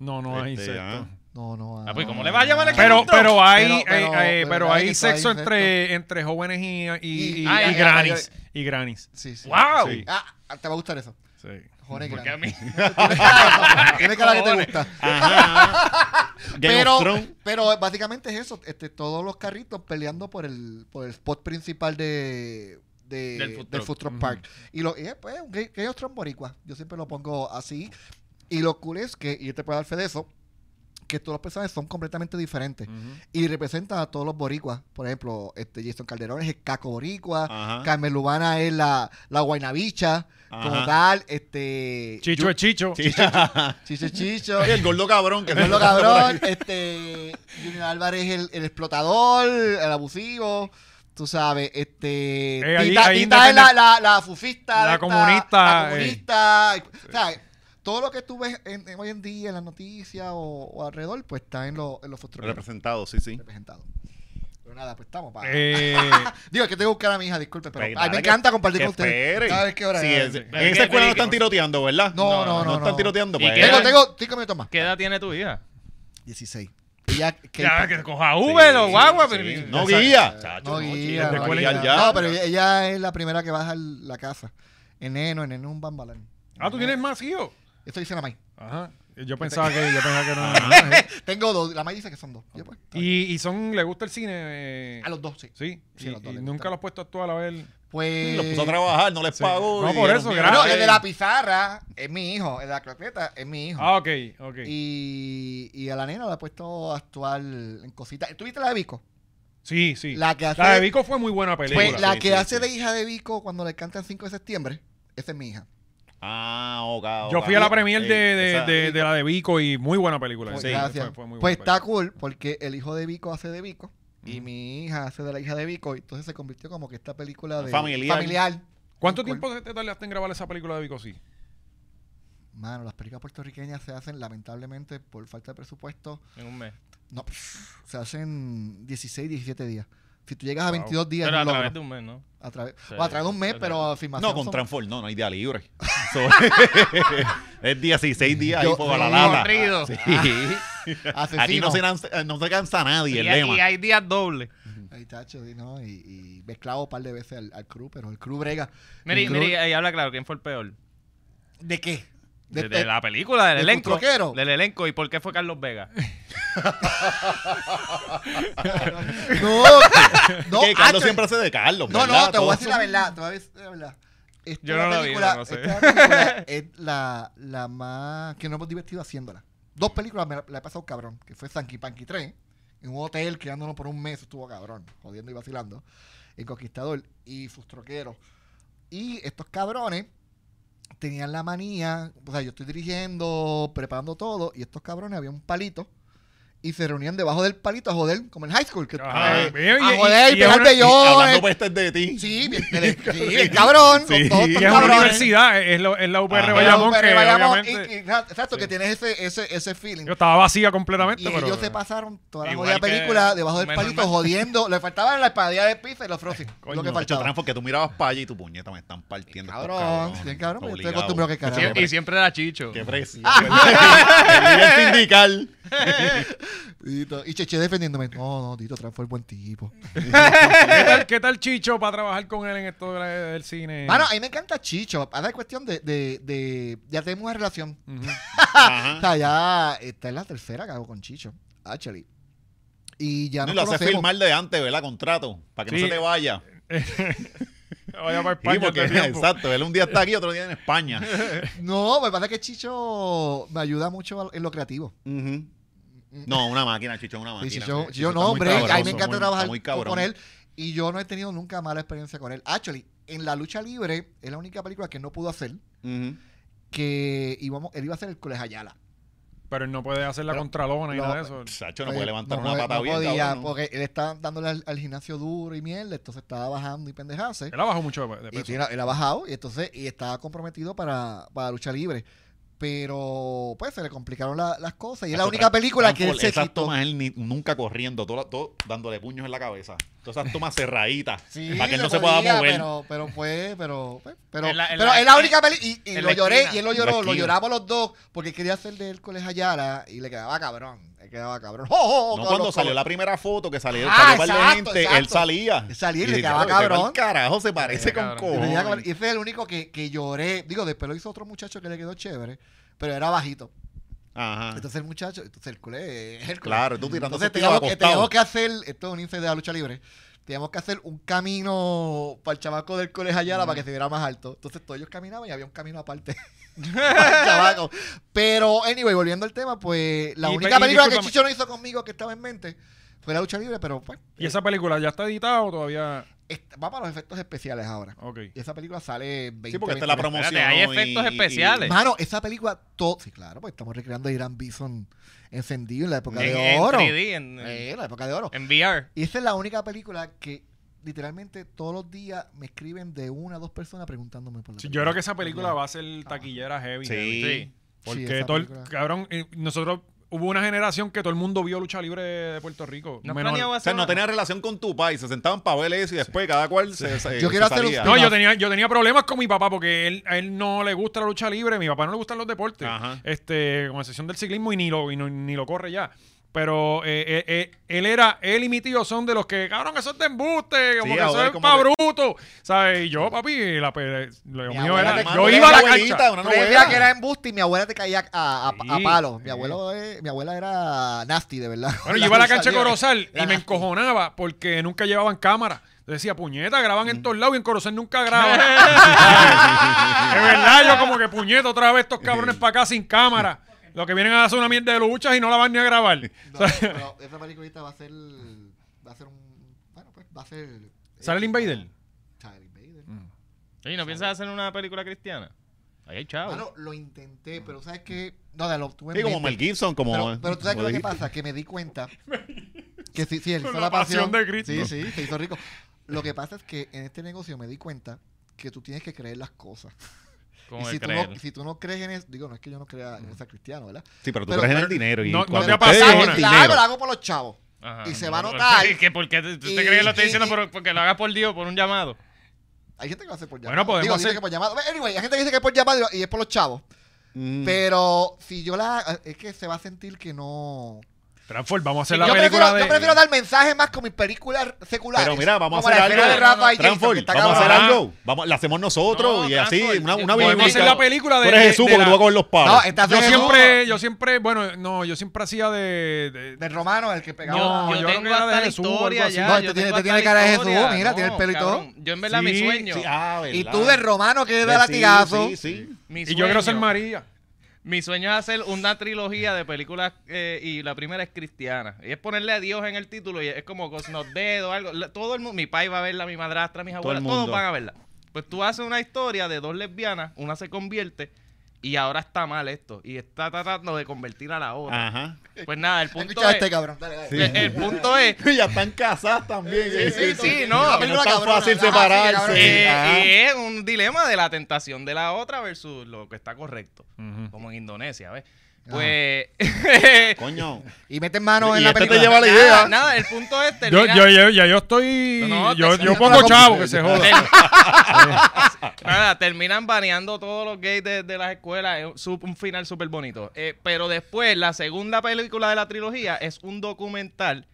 No, no hay Este, sexo. ah. No, no. Ah, pues, ¿cómo no, le vas a llamar el Pero, Pero- pero hay, pero- eh, eh, pero- pero pero hay hay que- sexo hay entre, entre jóvenes y, y, y- Y- Ah, y ya, ya, granis. Y granis. Sí, sí. ¡Wow! Sí. Ah, te va a gustar eso. Sí. Joder, Porque a mí... Tiene cara que te gusta. Ajá. Game of pero, Thrones. pero básicamente es eso, este, todos los carritos peleando por el, por el spot principal de, de- Del food del truck. Food Truck Ujú. Park. Y lo, y es, pues, un gay- gay of Thrones boricua. Yo siempre lo pongo así. Y lo cool es que, y yo te puedo dar fe de eso, que todos los personajes son completamente diferentes. Ujú. Y representan a todos los boricuas. Por ejemplo, este Jason Calderón es el caco boricua. Ajá. Carmen Lubana es la, la guaynabicha, como Ajá. tal, este... Chicho es chicho. Sí. Sí, Chicho, chicho. el gordo cabrón que El pueblo cabrón, este, Junior Álvarez el, el explotador, el abusivo, tú sabes, este, Eh, ahí- Tita, ahí Tita es la, independe- la, la fufista, La esta, comunista, eh. la comunista, o sea, todo lo que tú ves en- en hoy en día en las noticias o, o alrededor, pues está en, los en los futuros Representado, sí, sí. representados. Pero nada, pues estamos para... Eh, Digo, es que tengo que buscar a mi hija, disculpe, pero Pues a mí dale, me que- encanta compartir que con ustedes. espere. ¿Sabes qué hora Sí, es? es- en Pero esa qué escuela no peligro. están tiroteando, ¿verdad? No, no, no, No están no. tiroteando. ¿Y pues. qué? Tengo, tengo cinco minutos más. ¿Qué edad tiene tu hija? 16. Y ya, que- Ya, que coja Uber o Sí, guagua. sí. pero- Ah, No o sea, guía. No, guía, guía, te no, cuelgan guía. ya. No, pero ella, ella es la primera que baja el- la casa. Eneno, eneno es un bambalán. Ah, ah, tú tienes más, hijo. Eso dice la May. Ajá. Yo pensaba que, yo pensaba que no. ¿eh? Tengo dos. La May dice que son Ah, dos. Yo, pues, y, y son, le gusta el cine. eh, a los dos, sí. Sí, Sí, y- a los dos y les nunca gusta. los has puesto a actuar a ver. Pues. Los puso a trabajar, Ah, no les sí. pagó. No, y por los eso, mira- gracias. Bueno, el de la pizarra es mi hijo. El de la croqueta es mi hijo. Ah, ok, ok. Y, y a la nena la ha puesto a actuar en cositas. ¿Tú viste la de Vico? sí, sí. La, La que hace, de Vico fue muy buena película. pues, la sí, que sí, hace sí. de hija de Vico cuando le cantan 5 de septiembre. Esa es mi hija. Ah, ok, ok. Yo fui a la premier premiere de, de, de- de la de Vico y muy buena película. Pues, Sí, gracias. fue- fue muy pues buena está cool porque el hijo de Vico hace de Vico y mi hija hace de la hija de Vico. Y entonces se convirtió como que esta película de Familiar. película. ¿Cuánto Cool. tiempo te tardaste en grabar esa película de Vico? Sí. Mano, las películas puertorriqueñas se hacen lamentablemente por falta de presupuesto. En un mes. No, pff, se hacen 16, 17 días. Si tú llegas a Wow. 22 días, Pero no a logras. través de un mes, ¿no? A través, Sí, o a través de un mes, sí, pero filmación. No, con son- Transform, no, no hay día libre. So- es 16 días ahí Yo- por la sí. lata. Corrido. Sí. Asesino. Aquí no se, cansa, no se cansa nadie, el Y, hay- lema. y hay días dobles. Ay, tacho, sí, no, y, y mezclado un par de veces al, al crew, pero el crew brega. Mire, El crew- mire, ahí habla claro, ¿quién fue el peor? ¿De qué? De, De- este de la película, del de tu elenco. troquero. Del elenco. ¿Y por qué fue Carlos Vega? No, no, que Carlos hacho, siempre hace de Carlos. no, ¿verdad? no, te voy Todos a decir la verdad, te voy a decir la verdad. Esta Yo no la vi, película- no, no sé. Esta película es la, la más que nos hemos divertido haciéndola. Dos películas me la, la he pasado cabrón, que fue Sanky Panky 3, en un hotel quedándonos por un mes, estuvo cabrón, jodiendo y vacilando. El Conquistador y sus troqueros. Y estos cabrones tenían la manía, o sea, yo estoy dirigiendo, preparando todo, y estos cabrones había un palito. Y se reunían debajo del palito a joder, como en high school. Que, Ajá. eh, Bien, a y- joder, y- y pegar es una- y son- bellones. Hablando pues, pestes de ti. eh, Sí, bien, tele- sí, bien cabrón. eh. Sí. Con todos Y estos es una cabrones. universidad, es, es lo- es la UPR Ajá. Bayamón, Pero que Bayamón, obviamente y- y- exacto, que tienes ese, ese, ese feeling. yo estaba vacía completamente. Y pero, ellos se pasaron toda la Igual jodida que película debajo del menos palito mal. jodiendo. Le faltaban la espadilla de pizza y los frosty. Coño, lo macho, que Hacho, faltaba. Transform, que tú mirabas para allá y tu puñeta me están partiendo. estos Cabrón, cabrones. bien cabrón, pero yo estoy Obligado. acostumbrado que carajo. Sie- y siempre era Chicho. Qué presión. El nivel sindical. Tito, Y Cheche defendiéndome. No, no, Tito Tran fue el buen tipo. ¿Qué tal, qué tal Chicho para trabajar con él en esto de la- del cine? Mano, eh, a mí me encanta Chicho. Ahora es cuestión de, de, de. Ya tenemos una relación. Ujú. O Ajá. sea, ya. Esta es la tercera que hago con Chicho. Actually. Y ya No, y nos lo haces conocemos. firmar de antes, ¿verdad? Contrato. Para que Sí. no se te vaya. Vaya para Sí, España porque, este tiempo. exacto. Él un día está aquí, otro día en España. No, me pasa que Chicho me ayuda mucho al- en lo creativo. Ujú. No, una máquina, Chicho, una Y máquina. Chicho, Chicho Chicho está no, muy hombre, cabroso, a mí me encanta muy- trabajar está muy con, cabrón. con él. Y yo no he tenido nunca mala experiencia con él. Actually, en La Lucha Libre es la única película que no pudo hacer. Ujú. Que íbamos, él iba a hacer el Colegio Ayala. Pero él no puede hacer la Pero- pues, contralona y lo- nada de eso. Sacho no Oye, puede levantar una puede- pata no bien. podía, cabrón, ¿no? porque él estaba dándole al, al gimnasio duro y mierda, entonces estaba bajando y pendejarse. Él ha bajado mucho de de Y peso. sí, él, ha- él ha bajado y entonces y estaba comprometido para, para lucha libre. Pero pues se le complicaron la- las cosas. Y es la Sacho, única Tran- película que él Transform, se Esas quitó. tomas él ni- nunca corriendo, todo, la- todo dándole puños en la cabeza. Todas esas tomas cerraditas. para que él no se pueda podía, mover. Pero, pero fue, pero, pues, pero, En la- en pero la- es la única película. Y, y en lo la lloré, esquina. y él lo En la lloró, lo esquina. lloramos los dos, porque quería hacer de Hércules Ayala y le quedaba cabrón. Le quedaba cabrón. ¡Oh, oh, oh! no Todos cuando los salió la colores. primera foto que salió, Ah, salió para la exacto, gente, él exacto. salía. Salía y le dije, quedaba "Diablo, este cabrón". mal carajo se parece Le con quedaba Y le quedaba cabrón. cojones. Y ese es el único que, que lloré. Digo, después lo hizo otro muchacho que le quedó chévere, pero era bajito. Ajá. Entonces el muchacho, entonces Hércules, es Hércules. Ah. Claro, tú tirando Entonces esos teníamos tiros que, teníamos acostados. que hacer, esto es un índice de la lucha libre, teníamos que hacer un camino para el chamaco del colegio Ayala para que se viera más alto. Entonces todos ellos caminaban y había un camino aparte para el chamaco. Pero, anyway, volviendo al tema, pues la Y- única y película que discúlpame. Chicho no hizo conmigo que estaba en mente fue la lucha libre, pero pues ¿Y esa película ya está editada o todavía? est- vamos a los efectos especiales ahora. Ok. Y esa película sale 20 Sí, porque esta es la 20. promoción. Espérate, hay y- efectos y- especiales. Mano, esa película, todo. Sí, claro, pues estamos recreando a Irán Bison encendido en la época En, de en oro. 3D, en, Eh, la época de oro. en VR. Y esa es la única película que literalmente todos los días me escriben de una o dos personas preguntándome por la Sí, yo película. creo que esa película va a ser taquillera heavy. heavy. Sí. Porque Sí, esa todo el- película. cabrón, eh, nosotros hubo una generación que todo el mundo vio lucha libre de Puerto Rico. No Menos- planeaba O sea, hacer no una- tenía relación con tu país. Se sentaban para ver eso y después cada cual se, se- se Yo quiero hacer un- salía. No, yo Ajá. tenía, yo tenía problemas con mi papá porque él, a él no le gusta la lucha libre, mi papá no le gustan los deportes, Ajá. este, con excepción del ciclismo y ni lo, y no- ni lo corre ya. Pero eh, eh, eh, él era, él y mi tío son de los que, cabrón, eso es de embuste, como Sí, que eso ahora es como pa' que- bruto. ¿Sabes? Y yo, papi, la, pe- lo mío abuela era- te- yo mi iba a la abuelita, cancha. una Pero ella novela. que era embuste y mi abuela te caía a, a, a Sí, palos. sí. Mi, abuelo, eh, mi abuela era nasty, de verdad. Bueno, yo iba a la cancha de Rosalía. Corozal y Era me nasty. encojonaba porque nunca llevaban cámara. Yo Decía, puñeta, graban en todos lados y en Corozal nunca graban. de verdad, yo como que puñeta otra vez estos cabrones para acá sin cámara. Lo que vienen a hacer una mierda de luchas y no la van ni a grabar. No, O sea, pero esa película ahorita va a ser. Va a ser un. Bueno, pues va a ser. ¿Sale Mm. el Invader? Sale el Invader. Oye, ¿no piensas hacer una película cristiana? Ahí hay chavo. Bueno, Ah, lo intenté, pero ¿sabes qué? No, lo obtuve en Sí, como Mel mente. Gibson, como. Pero, pero tú sabes como que lo que dijiste. pasa, que me di cuenta que sí, sí, él Con hizo la la pasión. pasión de Cristo. Sí, sí, se hizo rico. Lo que pasa es que en este negocio me di cuenta que tú tienes que creer las cosas. Y Como si el tú, creer. no, si tú no crees en eso, digo, no es que yo no crea en ser cristiano, ¿verdad? Sí, pero tú Pero- crees en pero- el dinero. Y no- no cuando te ha ustedes pasado ven nada. el claro, dinero. lo hago por los chavos. Ajá, y se no, va a no, notar. ¿Qué? ¿Por qué te, tú te Y- crees que lo estoy y- diciendo y- por- porque lo hagas por Dios, por un llamado? Hay gente que lo hace por Bueno, llamado. podemos Digo, hay hacer- gente que por llamado. Anyway, hay gente que dice que es por llamado y lo- y es por los chavos. Mm. Pero si yo la. Es que se va a sentir que no. Transform, vamos a hacer Yo la prefiero, película de... yo prefiero dar mensajes más con mis películas seculares. Pero mira, vamos a Como hacer la escena algo. de Rafa y Jason, Transform, que está vamos a hacer cabrón. cabrón. algo. Vamos, la hacemos nosotros No, y así, Transform, una, yo- una Podemos hacer bíblica. la película de... Tú eres Jesús, de- de porque tú la- vas a coger los palos. No, esta Yo hace siempre, yo siempre, bueno, no, yo siempre hacía de- de, Del romano, el que pegaba. No, yo, yo creo tengo que era hasta de la Jesús o historia algo así. ya. No, yo este tiene- tengo este tiene hasta cara de la Jesús, historia. mira, tiene el pelo y todo. cabrón, Yo en verdad mi Sí, sueño. Sí, ah, y ¿verdad? tú del romano que da Sí, latigazo. Sí, sí. mi Y yo quiero ser sueño- María. Mi sueño es hacer una trilogía de películas eh, y la primera es cristiana. Y es ponerle a Dios en el título y es como Cosnos Dedo, algo. La- Todo el mundo, mi pai va a verla, mi madrastra, mis el abuelas, mundo. todos van a verla. Pues tú haces una historia de dos lesbianas, una se convierte y ahora está mal esto. Y está tratando de convertir a la otra. Ajá. Pues nada, el punto Escucha a es... este cabrón. Dale, dale. el- el punto es ya están casadas también. Sí, sí, sí, no. Que No es tan Cabrona, fácil ah, sí, separarse. cabrona. Eh, Ajá. y es un dilema de la tentación de la otra versus lo que está correcto. Como en Indonesia, ¿ves? Pues. Coño. Y meten mano Y en la este te lleva película. la nada, idea. nada, el punto es. Yo, termina- yo, yo, ya yo estoy. No, no, yo, te- yo te- pongo te- chavo te- que se te- joda. Nada, terminan baneando todos los gays de, de las escuelas. Es un sup- un final súper bonito. Eh, pero después, la segunda película de la trilogía es un documental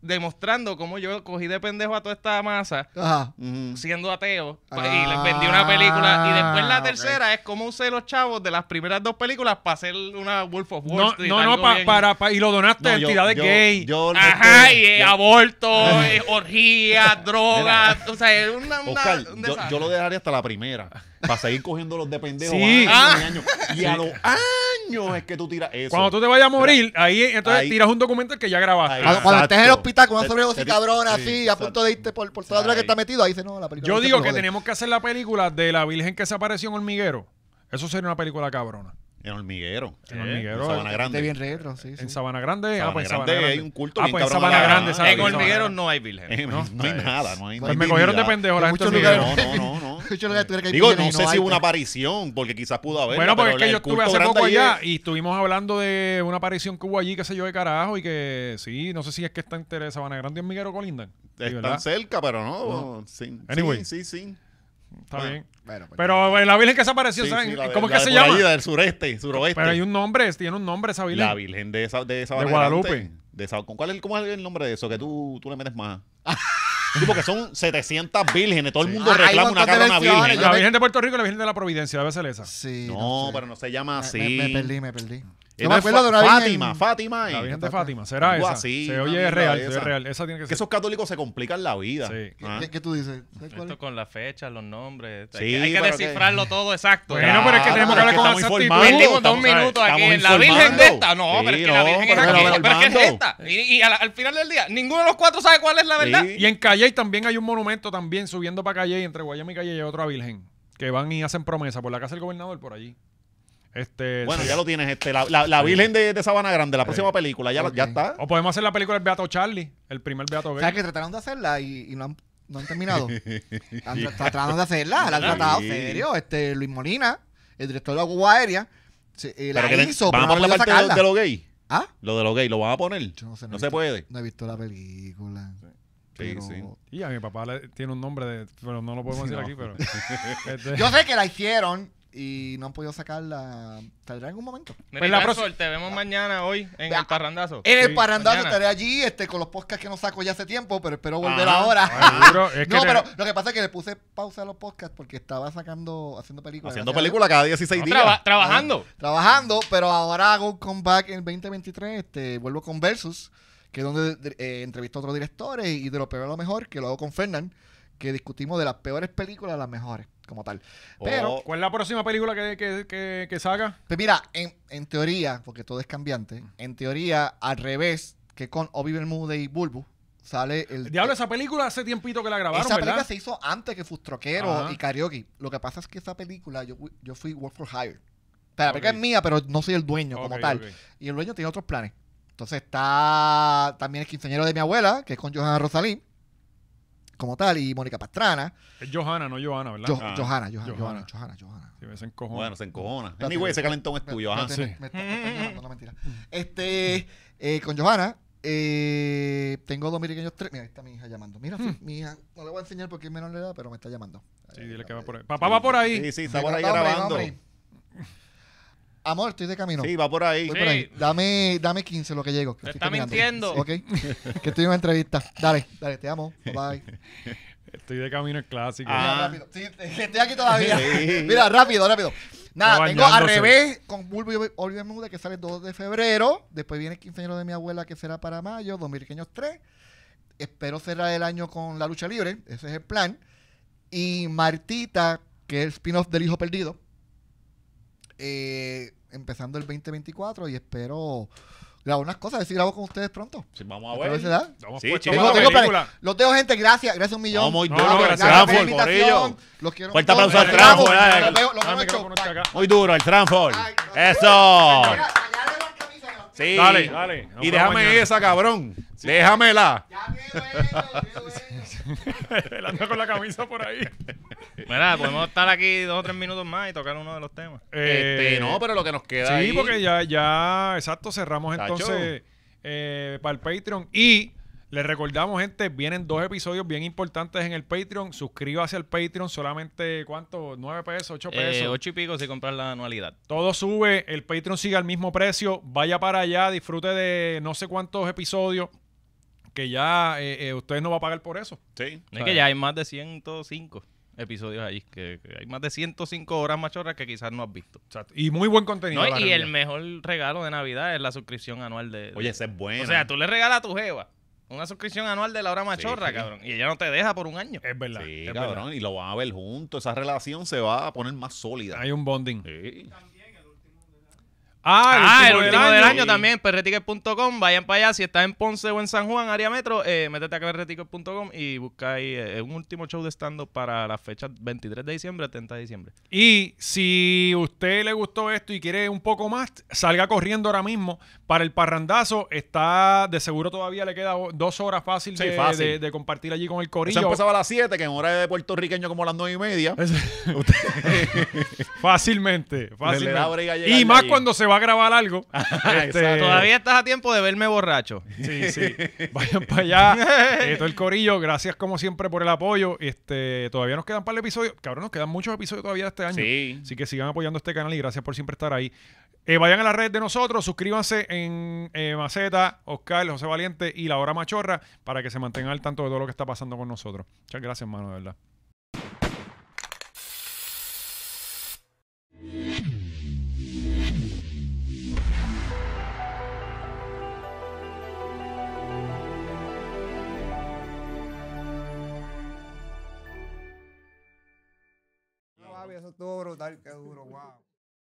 demostrando cómo yo cogí de pendejo a toda esta masa. Ajá. Ujú. siendo ateo pa- y Ah, les vendí una película y después Ah, la ok. tercera es como usé los chavos de las primeras dos películas para hacer una Wolf of Wall No, Street no, no, algo pa- bien- para, pa- Y lo donaste a No, yo- entidades yo- gay. yo- ajá este, y eh, yo- aborto eh, orgías drogas o sea es una, una- Oscar, un yo, desastre. yo lo dejaría hasta la primera. Para seguir cogiendo los de pendejos Sí. años Ah. y años. Y a los años es que tú tiras eso. Cuando tú te vayas a morir, ahí entonces Ahí. tiras un documental que ya grabaste. Ahí. Cuando, cuando estés en el Exacto. hospital con una Te- sobredosis te- cabrona, sí, así, a punto de irte por, por toda la droga que está metido, ahí dice, no, la película. Yo no se digo puede que joder. tenemos que hacer la película de la Virgen que se apareció en Hormiguero. Eso sería una película cabrona. En hormiguero. ¿eh? En Hormiguero. En Sabana Está Grande. bien retro, sí, sí. En Sabana Grande. Sabana ah, pues en Sabana Grande Grande. hay un culto Ah, bien pues en cabrón Sabana allá. Grande. Ah, exacto, en sí, Sabana hormigueros Grande. no hay virgen Eh, no, hay nada. No hay Pues me cogieron de pendejo pendejo la En gente. muchos hormiguero. lugares. No, no, no, no. Muchos lugares tuviera que Digo, vienen y no sé si hay, hubo una pues. aparición, porque quizás pudo haber. Bueno, porque es que yo estuve hace poco allá y estuvimos hablando de una aparición que hubo allí, qué sé yo, de carajo, y que sí, no sé si es que está entre Sabana Grande y Hormiguero colindan. Sí, ¿verdad? Están cerca, pero no. Sí, Anyway. sí, sí. sí. Está Bueno. bien. Bueno, pues, Pero eh, la Virgen que se apareció, Sí, ¿saben? sí, la de- ¿Cómo es la que se de por llama? Ahí del sureste, suroeste. Pero hay un nombre, tiene un nombre esa Virgen. La Virgen de esa de esa De Guadalupe. De esa, ¿con cuál es, ¿Cómo es el nombre de eso? Que tú, tú le metes más. Sí, porque son 700 vírgenes. Todo el mundo Ah, hay reclama un una montón de cabrona versiones, virgen. La Yo Virgen de Puerto Rico y la Virgen de la Providencia, debe ser esa. Sí. No, sé. pero no se llama así. Me, me- me perdí, me perdí. Yo me acuerdo de una virgen- Fátima, Fátima. La eh. Virgen de Fátima, será Algo esa. así, se una oye mierda real, de se oye esa. real. Esa tiene que Que ser. esos católicos se complican la vida. Sí. ¿Qué- Ah. ¿Qué, qué tú dices? ¿Sabes cuál esto es? con las fechas los nombres hay Sí, que, hay que pero que- descifrarlo todo exacto Ah. Bueno, pero es que Claro, tenemos que es hablar que con estamos exactitud. informando, Perdimos dos estamos- minutos estamos aquí. La informando. virgen de esta. No, Sí, pero es que la no, virgen es pero- aquella, pero- pero es que es Armando. esta. Y, y al, al final del día, ninguno de los cuatro sabe cuál es la verdad. Sí. Y en Calle también hay un monumento también subiendo para Calle, entre Guayama y Calle hay otra Virgen que van y hacen promesa por la casa del gobernador por allí. Este, Bueno, sí. ya lo tienes. Este, la, la, la Virgen de, de Sabana Grande, la próxima película, ya, la- ya Ok. está. O podemos hacer la película El Beato Charlie, el primer Beato O Gay. sea, que trataron de hacerla y, y no, han, no han terminado. han tra- trataron de hacerla, la han Sí. tratado, serio. Este, Luis Molina, el director de la Guagua Aérea, se, eh, la Pero que le- hizo, van pero a no poner la pudieron parte de, sacarla. de lo gay. ¿Ah? Lo de lo gay, lo van a poner. Yo no sé, no no he se visto. puede. No he visto la película. Sí, pero- sí. Y a mi papá le- tiene un nombre de, pero no lo podemos Sí, decir no. aquí, pero. Este, Yo sé que la hicieron y no han podido sacarla. ¿Saldrá en algún momento? Pues la Ricardo, próxima- te vemos mañana hoy en Ah, Vea. el parrandazo. En el Sí. parandazo Mañana. estaré allí este, con los podcasts que no saco ya hace tiempo, pero espero volver Ah, ahora. seguro. Es que no, te- pero lo que pasa es que le puse pausa a los podcasts porque estaba sacando, haciendo películas. Haciendo Gracias a Dios. película cada 16 No, días. traba- trabajando. Trabajando, pero ahora hago un comeback en 2023. Este, vuelvo con Versus, que es donde de- eh, entrevisto a otros directores y de lo peor a lo mejor, que lo hago con Fernán, que discutimos de las peores películas a las mejores, como tal. Oh, Pero, ¿Cuál es la próxima película que, que, que, que saca? pues mira, en, en teoría, porque todo es cambiante, en teoría, al revés que con Obi Bermúdez y Bulbu, sale el. Diablo, esa película hace tiempito que la grabaron, Esa película ¿verdad? se hizo antes que Fustroquero Ajá. y Karaoke. Lo que pasa es que esa película, yo, yo fui Work for Hire. O sea, la película Ok. es mía, pero no soy el dueño como Ok, tal. ok. Y el dueño tiene otros planes. Entonces está también el quinceañero de mi abuela, que es con Johanna Rosalí, como tal, y Mónica Pastrana. Es Johanna, no Johanna, ¿verdad? Jo- Ah. Johanna, Johanna, Johanna. Johanna, Johanna, Johanna. Si me hacen cojones. Bueno, se encojona. Anyway, ese calentón es tuyo. Ajá. Me- me- sí. me está- me está llamando, no, mentira. Este, eh, con Johanna, eh, tengo dos pequeños tres. Mira, ahí está mi hija llamando. Mira, Hmm. sí, mi hija, no le voy a enseñar porque es menor de edad, pero me está llamando. Sí, Ahí, dile la- que va por ahí. Papá va por ahí. Sí, sí, está por ahí No, hombre, grabando. no, hombre. Amor, estoy de camino. Sí, va por ahí. Voy Sí. por ahí. Dame, dame 15 lo que llego. que Te estoy está caminando. mintiendo. Ok. que estoy en una entrevista. Dale, dale, te amo. Bye bye. Estoy de camino en clásico. Ah. Mira, rápido. Sí, estoy aquí todavía. Sí. Mira, rápido, rápido. Nada, Está tengo al bañándose. revés con Bulbo y Oliver Muda que sale el 2 de febrero. Después viene el quinceañero de mi abuela que será para mayo, 2003. Espero cerrar el año con la lucha libre. Ese es el plan. Y Martita, que es el spin-off del Hijo Perdido. eh, empezando el 2024 y espero grabar unas cosas. A ver si grabo con ustedes pronto. Sí, vamos a Espero ver. que se da. Estamos Sí, puestos chicos, para la tengo planes. película. Los dejo, gente. Gracias. Gracias un millón. Vamos, No, duro, no, gracias, Gracias por la Gracias, invitación. Corillo. Los quiero Fuerte mucho. aplauso al Bravo, Transfor, eh. Los veo, los Ah, veo el hecho. micrófono está acá. Muy duro el transfor. Ay, no, Eso. Mira, añade las camisas, las tengo. Sí. Dale, dale. Nos Y vemos déjame mañana. esa, cabrón. Déjamela. Ya qué bueno, qué bueno. Él anda con la camisa por ahí. Ah. Mira, podemos estar aquí dos o tres minutos más y tocar uno de los temas. Este, Eh, no, pero lo que nos queda Sí, ahí- porque ya, ya, exacto, cerramos Tacho. entonces eh, para el Patreon. Y les recordamos, gente, vienen dos episodios bien importantes en el Patreon. Suscríbase al Patreon, solamente, ¿cuánto? ¿9 pesos? ¿8 pesos? Eh, ocho y pico si compras la anualidad. Todo sube, el Patreon sigue al mismo precio. Vaya para allá, disfrute de no sé cuántos episodios que ya eh, eh, ustedes no va a pagar por eso. Sí. Es que ya hay más de 105 episodios ahí. Que, que hay más de 105 horas machorras que quizás no has visto. Exacto. Y muy buen contenido. No, la y el realidad. mejor regalo de Navidad es la suscripción anual de. de- Oye, esa es buena. o sea, tú le regalas a tu jeva una suscripción anual de la hora machorra, Sí, sí. cabrón. Y ella no te deja por un año. Es verdad. Sí, es verdad. cabrón. Y lo van a ver juntos. Esa relación se va a poner más sólida. Hay un bonding. Sí. Ah, el del último del año Sí. también, perreticket.com. Vayan para allá. Si estás en Ponce o en San Juan, área metro, eh, métete a perreticket.com y busca ahí eh, un último show de stand-up para las fechas 23 de diciembre, 30 de diciembre. Y si usted le gustó esto y quiere un poco más, salga corriendo ahora mismo para el parrandazo. Está, de seguro todavía le queda o- dos horas fácil, Sí, de, fácil. de- de compartir allí con el Eso corillo. empezaba a las 7, que en hora de puertorriqueño como a las 9 y media. Fácilmente, Le- le da fácilmente. brega a llegar Y más allí. Ah, cuando se va a grabar algo. Este, Exacto. Todavía estás a tiempo de verme borracho. Sí, sí. Vayan para allá. Eh, todo el corillo, gracias como siempre por el apoyo. Este, todavía nos quedan un par de episodios. Cabrón, nos quedan muchos episodios todavía este año. Sí. Así que sigan apoyando este canal y gracias por siempre estar ahí. Eh, vayan a las redes de nosotros, suscríbanse en eh, Maceta, Oscar, José Valiente y La Hora Machorra para que se mantengan al tanto de todo lo que está pasando con nosotros. Muchas gracias, hermano, de verdad. No, papi, eso estuvo brutal, qué duro, wow.